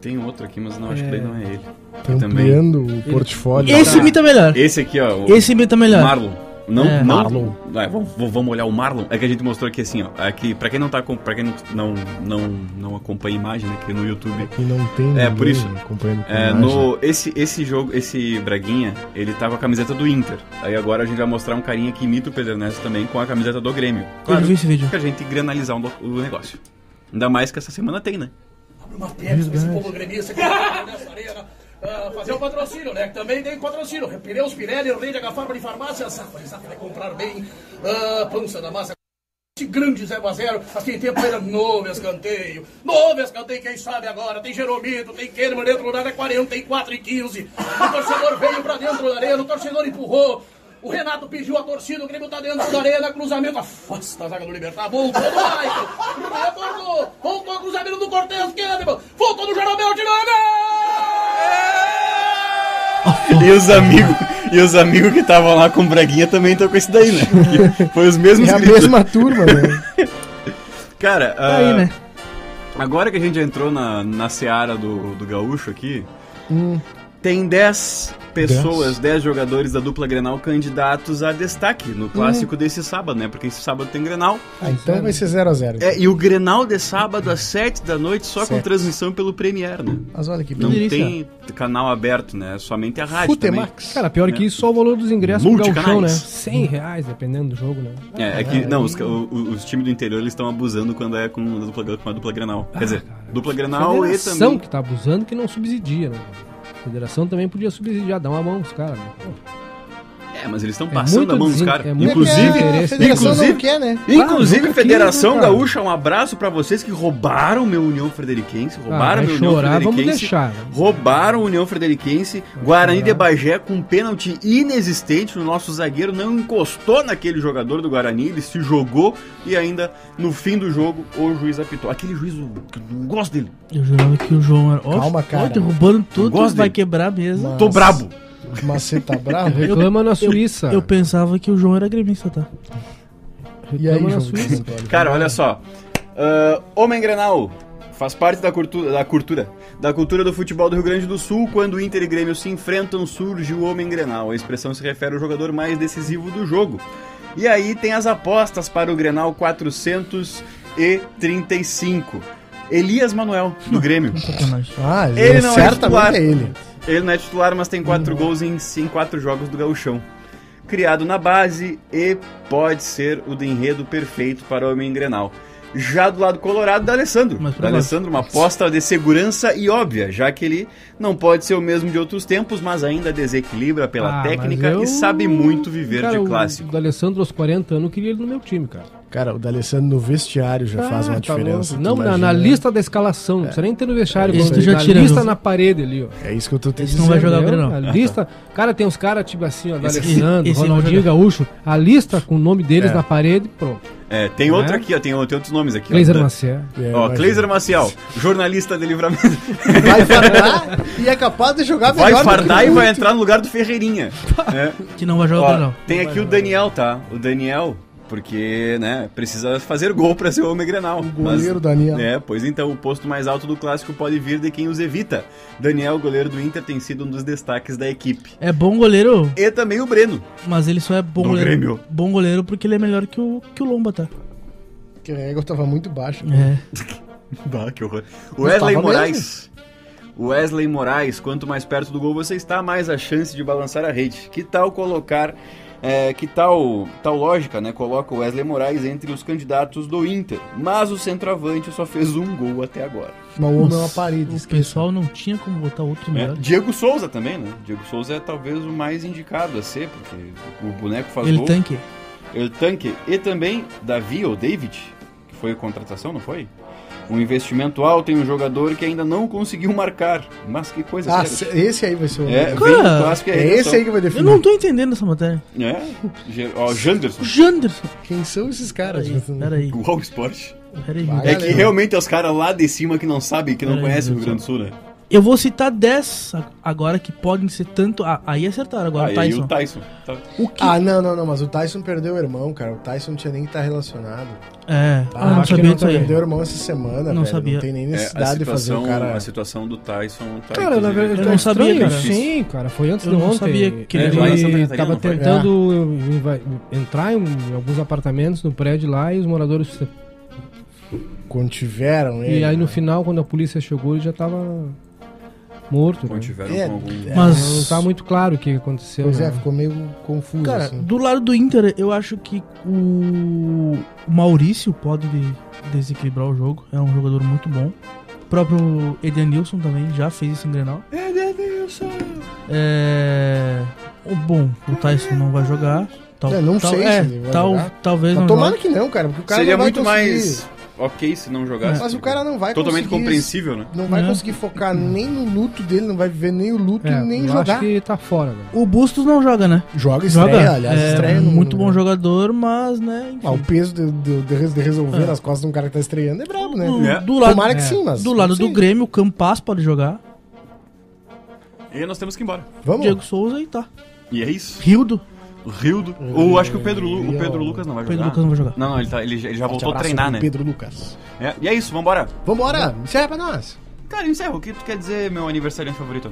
Speaker 2: Tem outro aqui, mas não, acho que daí não é ele.
Speaker 1: Tá
Speaker 4: um
Speaker 2: E também.
Speaker 1: ampliando o portfólio.
Speaker 3: Esse imita melhor.
Speaker 2: Esse aqui, ó. o-
Speaker 3: Esse imita melhor.
Speaker 2: Marlon. Não,
Speaker 3: É.
Speaker 2: não.
Speaker 1: Marlon.
Speaker 2: É, vamos, vamos olhar o Marlon. É que a gente mostrou aqui assim, ó. É que pra quem não tá com. Pra quem não, não, não acompanha a imagem aqui no YouTube.
Speaker 1: E não tem
Speaker 2: É, por
Speaker 1: ninguém
Speaker 2: isso.
Speaker 1: acompanhando com
Speaker 2: É,
Speaker 1: imagem.
Speaker 2: no, esse, esse jogo, esse Braguinha, ele tá com a camiseta do Inter. Aí agora a gente vai mostrar um carinha que imita o Pedro Ernesto também com a camiseta do Grêmio.
Speaker 3: Eu já vi esse vídeo.
Speaker 2: que a gente granalizar um do- o negócio. Ainda mais que essa semana tem, né?
Speaker 8: uma Pepsi pra esse povo gremista que tá nessa arena. ah, fazer o patrocínio, né? Que também tem patrocínio. Pneus Pirelli, Rede Agafarma de Farmácia, Safra, Safra vai comprar bem. ah, pança da massa. Grande 0 a 0 aqui tempo era novo escanteio. Novo escanteio, quem sabe agora? Tem Jeromito, tem Kerman dentro da área 44 e 15. O torcedor veio pra dentro da arena, o torcedor empurrou. O Renato pediu a torcida, o Grêmio tá dentro da arena, cruzamento, afasta a zaga do Libertar, voltou do Michael, retornou, voltou o cruzamento do Cortez, Kahneman, voltou do Jeromel de É! novo!
Speaker 2: E os amigos, e os amigos que estavam lá com o Braguinha também estão com esse daí, né? Que foi os mesmos
Speaker 1: É a
Speaker 2: gritos.
Speaker 1: mesma turma, né?
Speaker 2: Cara,
Speaker 3: Tá
Speaker 2: ah,
Speaker 3: aí, né?
Speaker 2: agora que a gente já entrou na, na seara do, do gaúcho aqui,
Speaker 3: Hum.
Speaker 2: tem 10 pessoas, 10 jogadores da dupla Grenal candidatos a destaque no clássico
Speaker 3: Hum.
Speaker 2: desse sábado, né? Porque esse sábado tem Grenal.
Speaker 1: Ah, então vai ser 0x0.
Speaker 2: É, e o Grenal de sábado às 7 da noite só com
Speaker 1: Sete.
Speaker 2: transmissão pelo Premier, né?
Speaker 1: Mas olha que
Speaker 2: Não
Speaker 1: beleza.
Speaker 2: tem canal aberto, né? Somente a rádio também.
Speaker 1: Futemax.
Speaker 4: Cara, pior que isso, só o valor dos ingressos pro
Speaker 2: É. Multicanais.
Speaker 4: Galchão, né? 100 reais, dependendo do jogo, né?
Speaker 2: É, é que, não, os, o- o- os times do interior eles estão abusando quando é com a dupla, com a dupla Grenal. Quer dizer, dupla Grenal e
Speaker 4: Ah, Federação
Speaker 2: também...
Speaker 4: que tá abusando que não subsidia, né? A federação também podia subsidiar, dar uma mão pros caras, né?
Speaker 2: É, mas eles estão passando
Speaker 4: muito
Speaker 2: a mão dos
Speaker 4: desin-
Speaker 2: caras.
Speaker 4: é muito
Speaker 2: inclusive,
Speaker 4: desinteresse.
Speaker 1: a federação
Speaker 2: inclusive-
Speaker 1: não quer, né?
Speaker 2: inclusive
Speaker 4: nunca
Speaker 2: Federação
Speaker 4: quis, né, cara?
Speaker 2: Gaúcha, um abraço pra vocês que roubaram meu União Frederiquense, roubaram
Speaker 4: Ah, vai
Speaker 2: meu é
Speaker 4: chorar,
Speaker 2: União
Speaker 4: vamos
Speaker 2: Frederiquense,
Speaker 4: deixar, né?
Speaker 2: roubaram o União Frederiquense, Guarani de Bagé com um pênalti inexistente, o nosso zagueiro não encostou naquele jogador do Guarani, ele se jogou e ainda no fim do jogo o juiz apitou. Aquele juiz, eu não gosto dele.
Speaker 3: Eu jurava que o João era. Ó,
Speaker 1: Calma, cara.
Speaker 3: Ó, derrubando tudo,
Speaker 2: Gosto
Speaker 3: vai
Speaker 2: dele.
Speaker 3: quebrar mesmo.
Speaker 2: Tô brabo.
Speaker 1: Mas você tá bravo?
Speaker 4: Reclama na Suíça.
Speaker 3: Eu pensava que o João era gremista, tá?
Speaker 1: E aí,
Speaker 4: Reclama na
Speaker 1: João
Speaker 4: Suíça.
Speaker 1: Vitória?
Speaker 2: Cara, olha só. Ah, Homem Grenal faz parte da cultura, da cultura, da cultura do futebol do Rio Grande do Sul. Quando Inter e Grêmio se enfrentam, surge o Homem Grenal. A expressão se refere ao jogador mais decisivo do jogo. E aí tem as apostas para o Grenal 435. Elias Manuel, do Grêmio.
Speaker 3: Sacanagem.
Speaker 1: Ah,
Speaker 2: Ele não é titular.
Speaker 1: certamente é ele.
Speaker 2: Ele não é titular, mas tem quatro gols em, em quatro jogos do Gauchão. Criado na base e pode ser o do enredo perfeito para o homem Grenal. Já do lado colorado, da Alessandro.
Speaker 3: Mas
Speaker 2: Da
Speaker 3: provável.
Speaker 2: Alessandro, uma aposta de segurança e óbvia, já que ele não pode ser o mesmo de outros tempos, mas ainda desequilibra pela
Speaker 4: Ah, mas
Speaker 2: técnica
Speaker 4: eu- um
Speaker 2: e sabe muito viver
Speaker 4: cara,
Speaker 2: de clássico.
Speaker 4: O Alessandro aos 40 anos eu queria ele no meu time, cara.
Speaker 1: Cara, o D'Alessandro no vestiário já faz uma
Speaker 4: Ah, tá
Speaker 1: diferença.
Speaker 4: louco.
Speaker 1: tu
Speaker 4: Não, na,
Speaker 1: imagina,
Speaker 4: na
Speaker 1: né?
Speaker 4: lista da escalação. Não precisa nem ter no vestiário.
Speaker 3: É. Esse
Speaker 4: como
Speaker 3: tu já
Speaker 4: na
Speaker 3: tira,
Speaker 4: lista
Speaker 3: não.
Speaker 4: na parede ali, ó.
Speaker 1: É isso que eu tô te
Speaker 3: Esse
Speaker 1: dizendo.
Speaker 3: não vai jogar
Speaker 4: Entendeu?
Speaker 3: Grenal.
Speaker 4: A lista. Cara, tem uns caras tipo assim, ó,
Speaker 3: Esse-
Speaker 4: Alessandro,
Speaker 3: esse não
Speaker 4: Ronaldinho
Speaker 3: joga.
Speaker 4: Gaúcho. A lista com o nome deles
Speaker 1: É.
Speaker 4: na parede, pronto.
Speaker 2: É, tem
Speaker 4: Né?
Speaker 2: outra aqui, ó, tem, o- tem outros nomes aqui. ó.
Speaker 4: Cleiser
Speaker 2: Da-
Speaker 4: Maciel.
Speaker 1: É,
Speaker 2: Ó,
Speaker 1: imagina.
Speaker 2: Cleiser Maciel, jornalista de livramento.
Speaker 1: Vai fardar e é capaz de jogar
Speaker 2: Vai
Speaker 1: melhor. do que
Speaker 2: fardar e
Speaker 1: o
Speaker 2: vai
Speaker 1: outro.
Speaker 2: entrar no lugar do Ferreirinha. né?
Speaker 3: Que não vai jogar o
Speaker 2: Ó,
Speaker 3: Grenal.
Speaker 2: tem aqui o Daniel, tá? O Daniel, porque, né, precisa fazer gol pra ser o homem Grenal. O
Speaker 1: goleiro Daniel.
Speaker 2: É, pois então, o posto mais alto do clássico pode vir de quem os evita. Daniel, goleiro do Inter, tem sido um dos destaques da equipe.
Speaker 3: É bom goleiro,
Speaker 2: E também o Breno.
Speaker 3: mas ele só é bom
Speaker 2: Do
Speaker 3: goleiro.
Speaker 2: Grêmio.
Speaker 3: Bom goleiro porque ele é melhor que o, que o Lomba, tá?
Speaker 1: Porque a égua tava muito baixa.
Speaker 3: É.
Speaker 2: Bah, que horror. Wesley
Speaker 1: tava
Speaker 2: Moraes. Wesley Moraes, quanto mais perto do gol você está, mais a chance de balançar a rede. Que tal colocar. é, que tal, tal lógica, né? Coloca o Wesley Moraes entre os candidatos do Inter. Mas o centroavante só fez um gol até agora.
Speaker 1: Mas o homem é uma
Speaker 3: Nossa,
Speaker 1: parede.
Speaker 3: O
Speaker 1: esqueça.
Speaker 3: pessoal não tinha como botar outro
Speaker 2: né?
Speaker 3: melhor.
Speaker 2: Diego Souza também, né? Diego Souza é talvez o mais indicado a ser, porque o boneco faz
Speaker 3: Ele
Speaker 2: gol.
Speaker 3: tanque.
Speaker 2: El Tanque e também Davi ou David, que foi contratação, não foi? Um investimento alto em um jogador que ainda não conseguiu marcar. Mas que coisa
Speaker 1: Ah,
Speaker 2: séria.
Speaker 1: esse aí vai ser o.
Speaker 2: É, então.
Speaker 1: É,
Speaker 2: vem do
Speaker 3: Cara,
Speaker 2: clássico e a
Speaker 1: esse
Speaker 2: redenção.
Speaker 1: aí que vai
Speaker 3: Eu
Speaker 1: definir.
Speaker 3: não tô entendendo essa matéria.
Speaker 2: É, Ge- ó, Janderson,
Speaker 3: O Janderson.
Speaker 1: Quem são esses caras?
Speaker 3: Peraí, peraí.
Speaker 2: o All Sport.
Speaker 3: peraí.
Speaker 1: Vai.
Speaker 2: É
Speaker 1: Galera.
Speaker 2: que realmente é os caras lá de cima que não sabem, que não
Speaker 3: Peraí,
Speaker 2: conhecem o Rio
Speaker 3: meu
Speaker 2: Grande do Sul, né?
Speaker 3: Eu vou citar 10 a- agora que podem ser tanto. Ah, aí acertaram agora,
Speaker 2: Ah,
Speaker 3: o
Speaker 2: e aí
Speaker 3: Tyson.
Speaker 2: o Tyson. Tá.
Speaker 3: O que?
Speaker 1: Ah, não, não, não, mas o Tyson perdeu o irmão, cara. O Tyson não tinha nem que estar relacionado.
Speaker 3: É,
Speaker 1: Ah,
Speaker 3: ah, não
Speaker 1: acho que
Speaker 3: sabia
Speaker 1: ele
Speaker 3: disso aí.
Speaker 1: Perdeu o irmão essa semana,
Speaker 3: Não
Speaker 1: velho.
Speaker 3: sabia.
Speaker 1: Não tem nem
Speaker 2: É,
Speaker 1: necessidade de fazer o cara.
Speaker 2: a situação do Tyson tá
Speaker 4: Cara, na
Speaker 2: inclusive,
Speaker 4: verdade,
Speaker 3: Eu
Speaker 4: tá
Speaker 3: não sabia,
Speaker 4: estranho,
Speaker 3: cara.
Speaker 4: Sim, cara, foi antes
Speaker 3: Eu
Speaker 4: de
Speaker 3: não
Speaker 4: ontem. É,
Speaker 3: sabia que
Speaker 2: ele- lá em Santa
Speaker 4: ele
Speaker 2: Catarina,
Speaker 4: tava
Speaker 2: não foi?
Speaker 4: tentando inva- entrar em, em alguns apartamentos no prédio lá e os moradores.
Speaker 1: Contiveram ele.
Speaker 4: e aí no
Speaker 1: né?
Speaker 4: final, quando a polícia chegou, ele já tava morto. né?
Speaker 2: contiveram
Speaker 1: É,
Speaker 2: com algum...
Speaker 4: Não
Speaker 3: Mas.
Speaker 4: tá muito claro o que aconteceu.
Speaker 1: Pois é,
Speaker 4: né?
Speaker 1: ficou meio confuso.
Speaker 3: Cara,
Speaker 1: assim.
Speaker 3: do lado do Inter, eu acho que o Maurício pode de- desequilibrar o jogo. É um jogador muito bom. O próprio Edenilson também já fez isso em Grenal. É... O bom, o Tyson não vai jogar. Tal,
Speaker 1: É, não
Speaker 3: tal-
Speaker 1: sei se
Speaker 3: é,
Speaker 1: ele vai
Speaker 3: tal-
Speaker 1: jogar.
Speaker 3: Talvez
Speaker 1: Mas
Speaker 3: não
Speaker 1: tomara
Speaker 3: jogue.
Speaker 1: que não, cara, porque o cara
Speaker 2: Seria
Speaker 1: não vai
Speaker 2: muito
Speaker 1: conseguir-
Speaker 2: mais ok se não jogasse.
Speaker 1: Mas o cara não vai
Speaker 2: Totalmente
Speaker 1: conseguir-
Speaker 2: compreensível, né?
Speaker 1: Não vai
Speaker 3: É.
Speaker 1: conseguir focar nem no luto dele, não vai viver nem o luto
Speaker 4: É,
Speaker 1: e nem
Speaker 4: eu
Speaker 1: jogar.
Speaker 4: acho que tá fora, velho.
Speaker 3: O Bustos não joga, né?
Speaker 1: Joga
Speaker 3: Joga.
Speaker 1: estreia, aliás,
Speaker 3: é
Speaker 1: estreia. no-
Speaker 3: muito bom
Speaker 1: no-
Speaker 3: jogador, mas, né, enfim.
Speaker 1: Ah, o peso de, de- de res- de resolver
Speaker 3: É.
Speaker 1: nas costas de um cara que tá estreando é brabo, né?
Speaker 3: Do,
Speaker 2: É.
Speaker 3: do lado,
Speaker 1: Tomara
Speaker 4: é.
Speaker 1: que sim, mas.
Speaker 3: do, lado
Speaker 1: não sei.
Speaker 3: do Grêmio, o Campas pode jogar.
Speaker 2: E nós temos que ir embora.
Speaker 1: Vamos.
Speaker 3: Diego Souza e tá.
Speaker 2: E é isso.
Speaker 3: Rildo.
Speaker 2: O Rildo. Ou acho que o Pedro, Lu- o Pedro Lucas não vai jogar.
Speaker 3: Pedro Lucas não vai jogar.
Speaker 2: Não, não, ele, tá, ele, já- ele já voltou a
Speaker 1: Abraço
Speaker 2: treinar,
Speaker 1: pro
Speaker 2: né?
Speaker 1: Pedro Lucas.
Speaker 2: É, e é isso, vambora.
Speaker 1: Vambora, encerra pra nós.
Speaker 2: Cara, encerra. O que tu quer dizer, meu aniversariante favorito?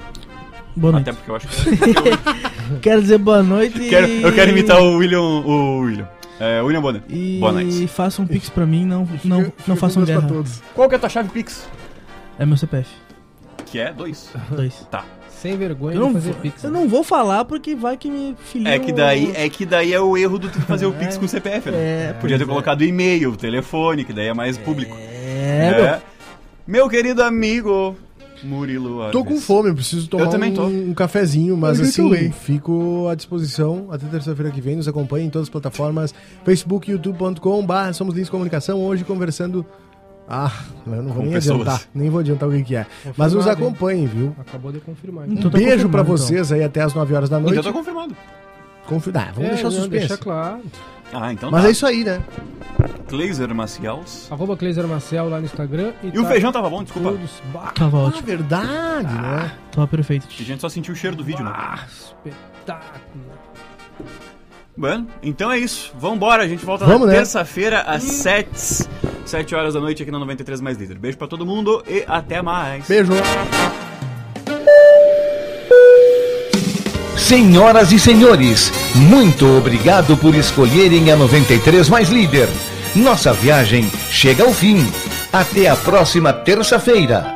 Speaker 3: Boa noite.
Speaker 2: Até porque eu acho que.
Speaker 3: Quero dizer boa noite
Speaker 2: eu quero, eu quero imitar o William. O William. É, William Bonner.
Speaker 3: E
Speaker 2: Boa noite.
Speaker 3: faça um pix pra mim, não, não, não façam guerra.
Speaker 1: todos.
Speaker 2: Qual que é a tua chave Pix?
Speaker 3: É meu CPF.
Speaker 2: Que é dois.
Speaker 3: Dois.
Speaker 4: Sem vergonha
Speaker 3: Eu não,
Speaker 4: de fazer
Speaker 3: vou,
Speaker 4: pix.
Speaker 3: eu
Speaker 4: né?
Speaker 3: não vou falar porque vai que me filia.
Speaker 2: É que daí é, que daí é o erro do tu fazer o Pix com o CPF, né?
Speaker 3: É,
Speaker 2: Podia ter colocado e-mail, telefone, que daí é mais público.
Speaker 3: É, meu.
Speaker 2: Meu querido amigo Murilo. Alves.
Speaker 1: Tô com fome, eu preciso tomar
Speaker 2: Eu também tô.
Speaker 1: Um, um cafezinho, mas
Speaker 2: Eu
Speaker 1: assim,
Speaker 2: também.
Speaker 1: fico à disposição até terça-feira que vem. Nos acompanhe em todas as plataformas, facebook, youtube.com, barra Somos Lins Comunicação, hoje conversando... Ah, eu não vou
Speaker 2: Com
Speaker 1: nem
Speaker 2: pessoas.
Speaker 1: adiantar, nem vou adiantar o que que é. Mas nos
Speaker 4: Confirmado, hein?
Speaker 1: acompanhem, viu?
Speaker 4: Acabou de confirmar.
Speaker 3: Então
Speaker 1: Um
Speaker 3: tá
Speaker 1: beijo pra
Speaker 3: confirmado, então.
Speaker 1: vocês aí até as 9 horas da noite.
Speaker 2: Então tá confirmado.
Speaker 1: Confio- Ah, vamos
Speaker 4: É,
Speaker 1: deixar
Speaker 4: não,
Speaker 1: suspense.
Speaker 4: Deixa claro.
Speaker 2: Ah, então
Speaker 1: Mas
Speaker 2: tá.
Speaker 1: é isso aí, né?
Speaker 2: Glazer Maciels.
Speaker 4: Arroba Cleiser Marcel lá no Instagram. E,
Speaker 2: E o
Speaker 4: tá
Speaker 2: feijão tava bom, desculpa.
Speaker 4: tudo- Bah,
Speaker 3: Tava
Speaker 1: Ah,
Speaker 3: Tá, ótimo.
Speaker 1: verdade,
Speaker 2: Ah.
Speaker 1: né?
Speaker 3: Tava perfeito.
Speaker 2: A gente só sentiu o cheiro do vídeo, né?
Speaker 4: espetáculo.
Speaker 2: Bueno, então é isso. Vambora, a gente volta
Speaker 1: Vamos,
Speaker 2: na
Speaker 1: né?
Speaker 2: terça-feira às 7, 7 horas da noite aqui na 93 Mais Líder. Beijo pra todo mundo e até mais.
Speaker 1: Beijo.
Speaker 6: Senhoras e senhores, muito obrigado por escolherem a 93 mais líder. Nossa viagem chega ao fim. Até a próxima terça-feira.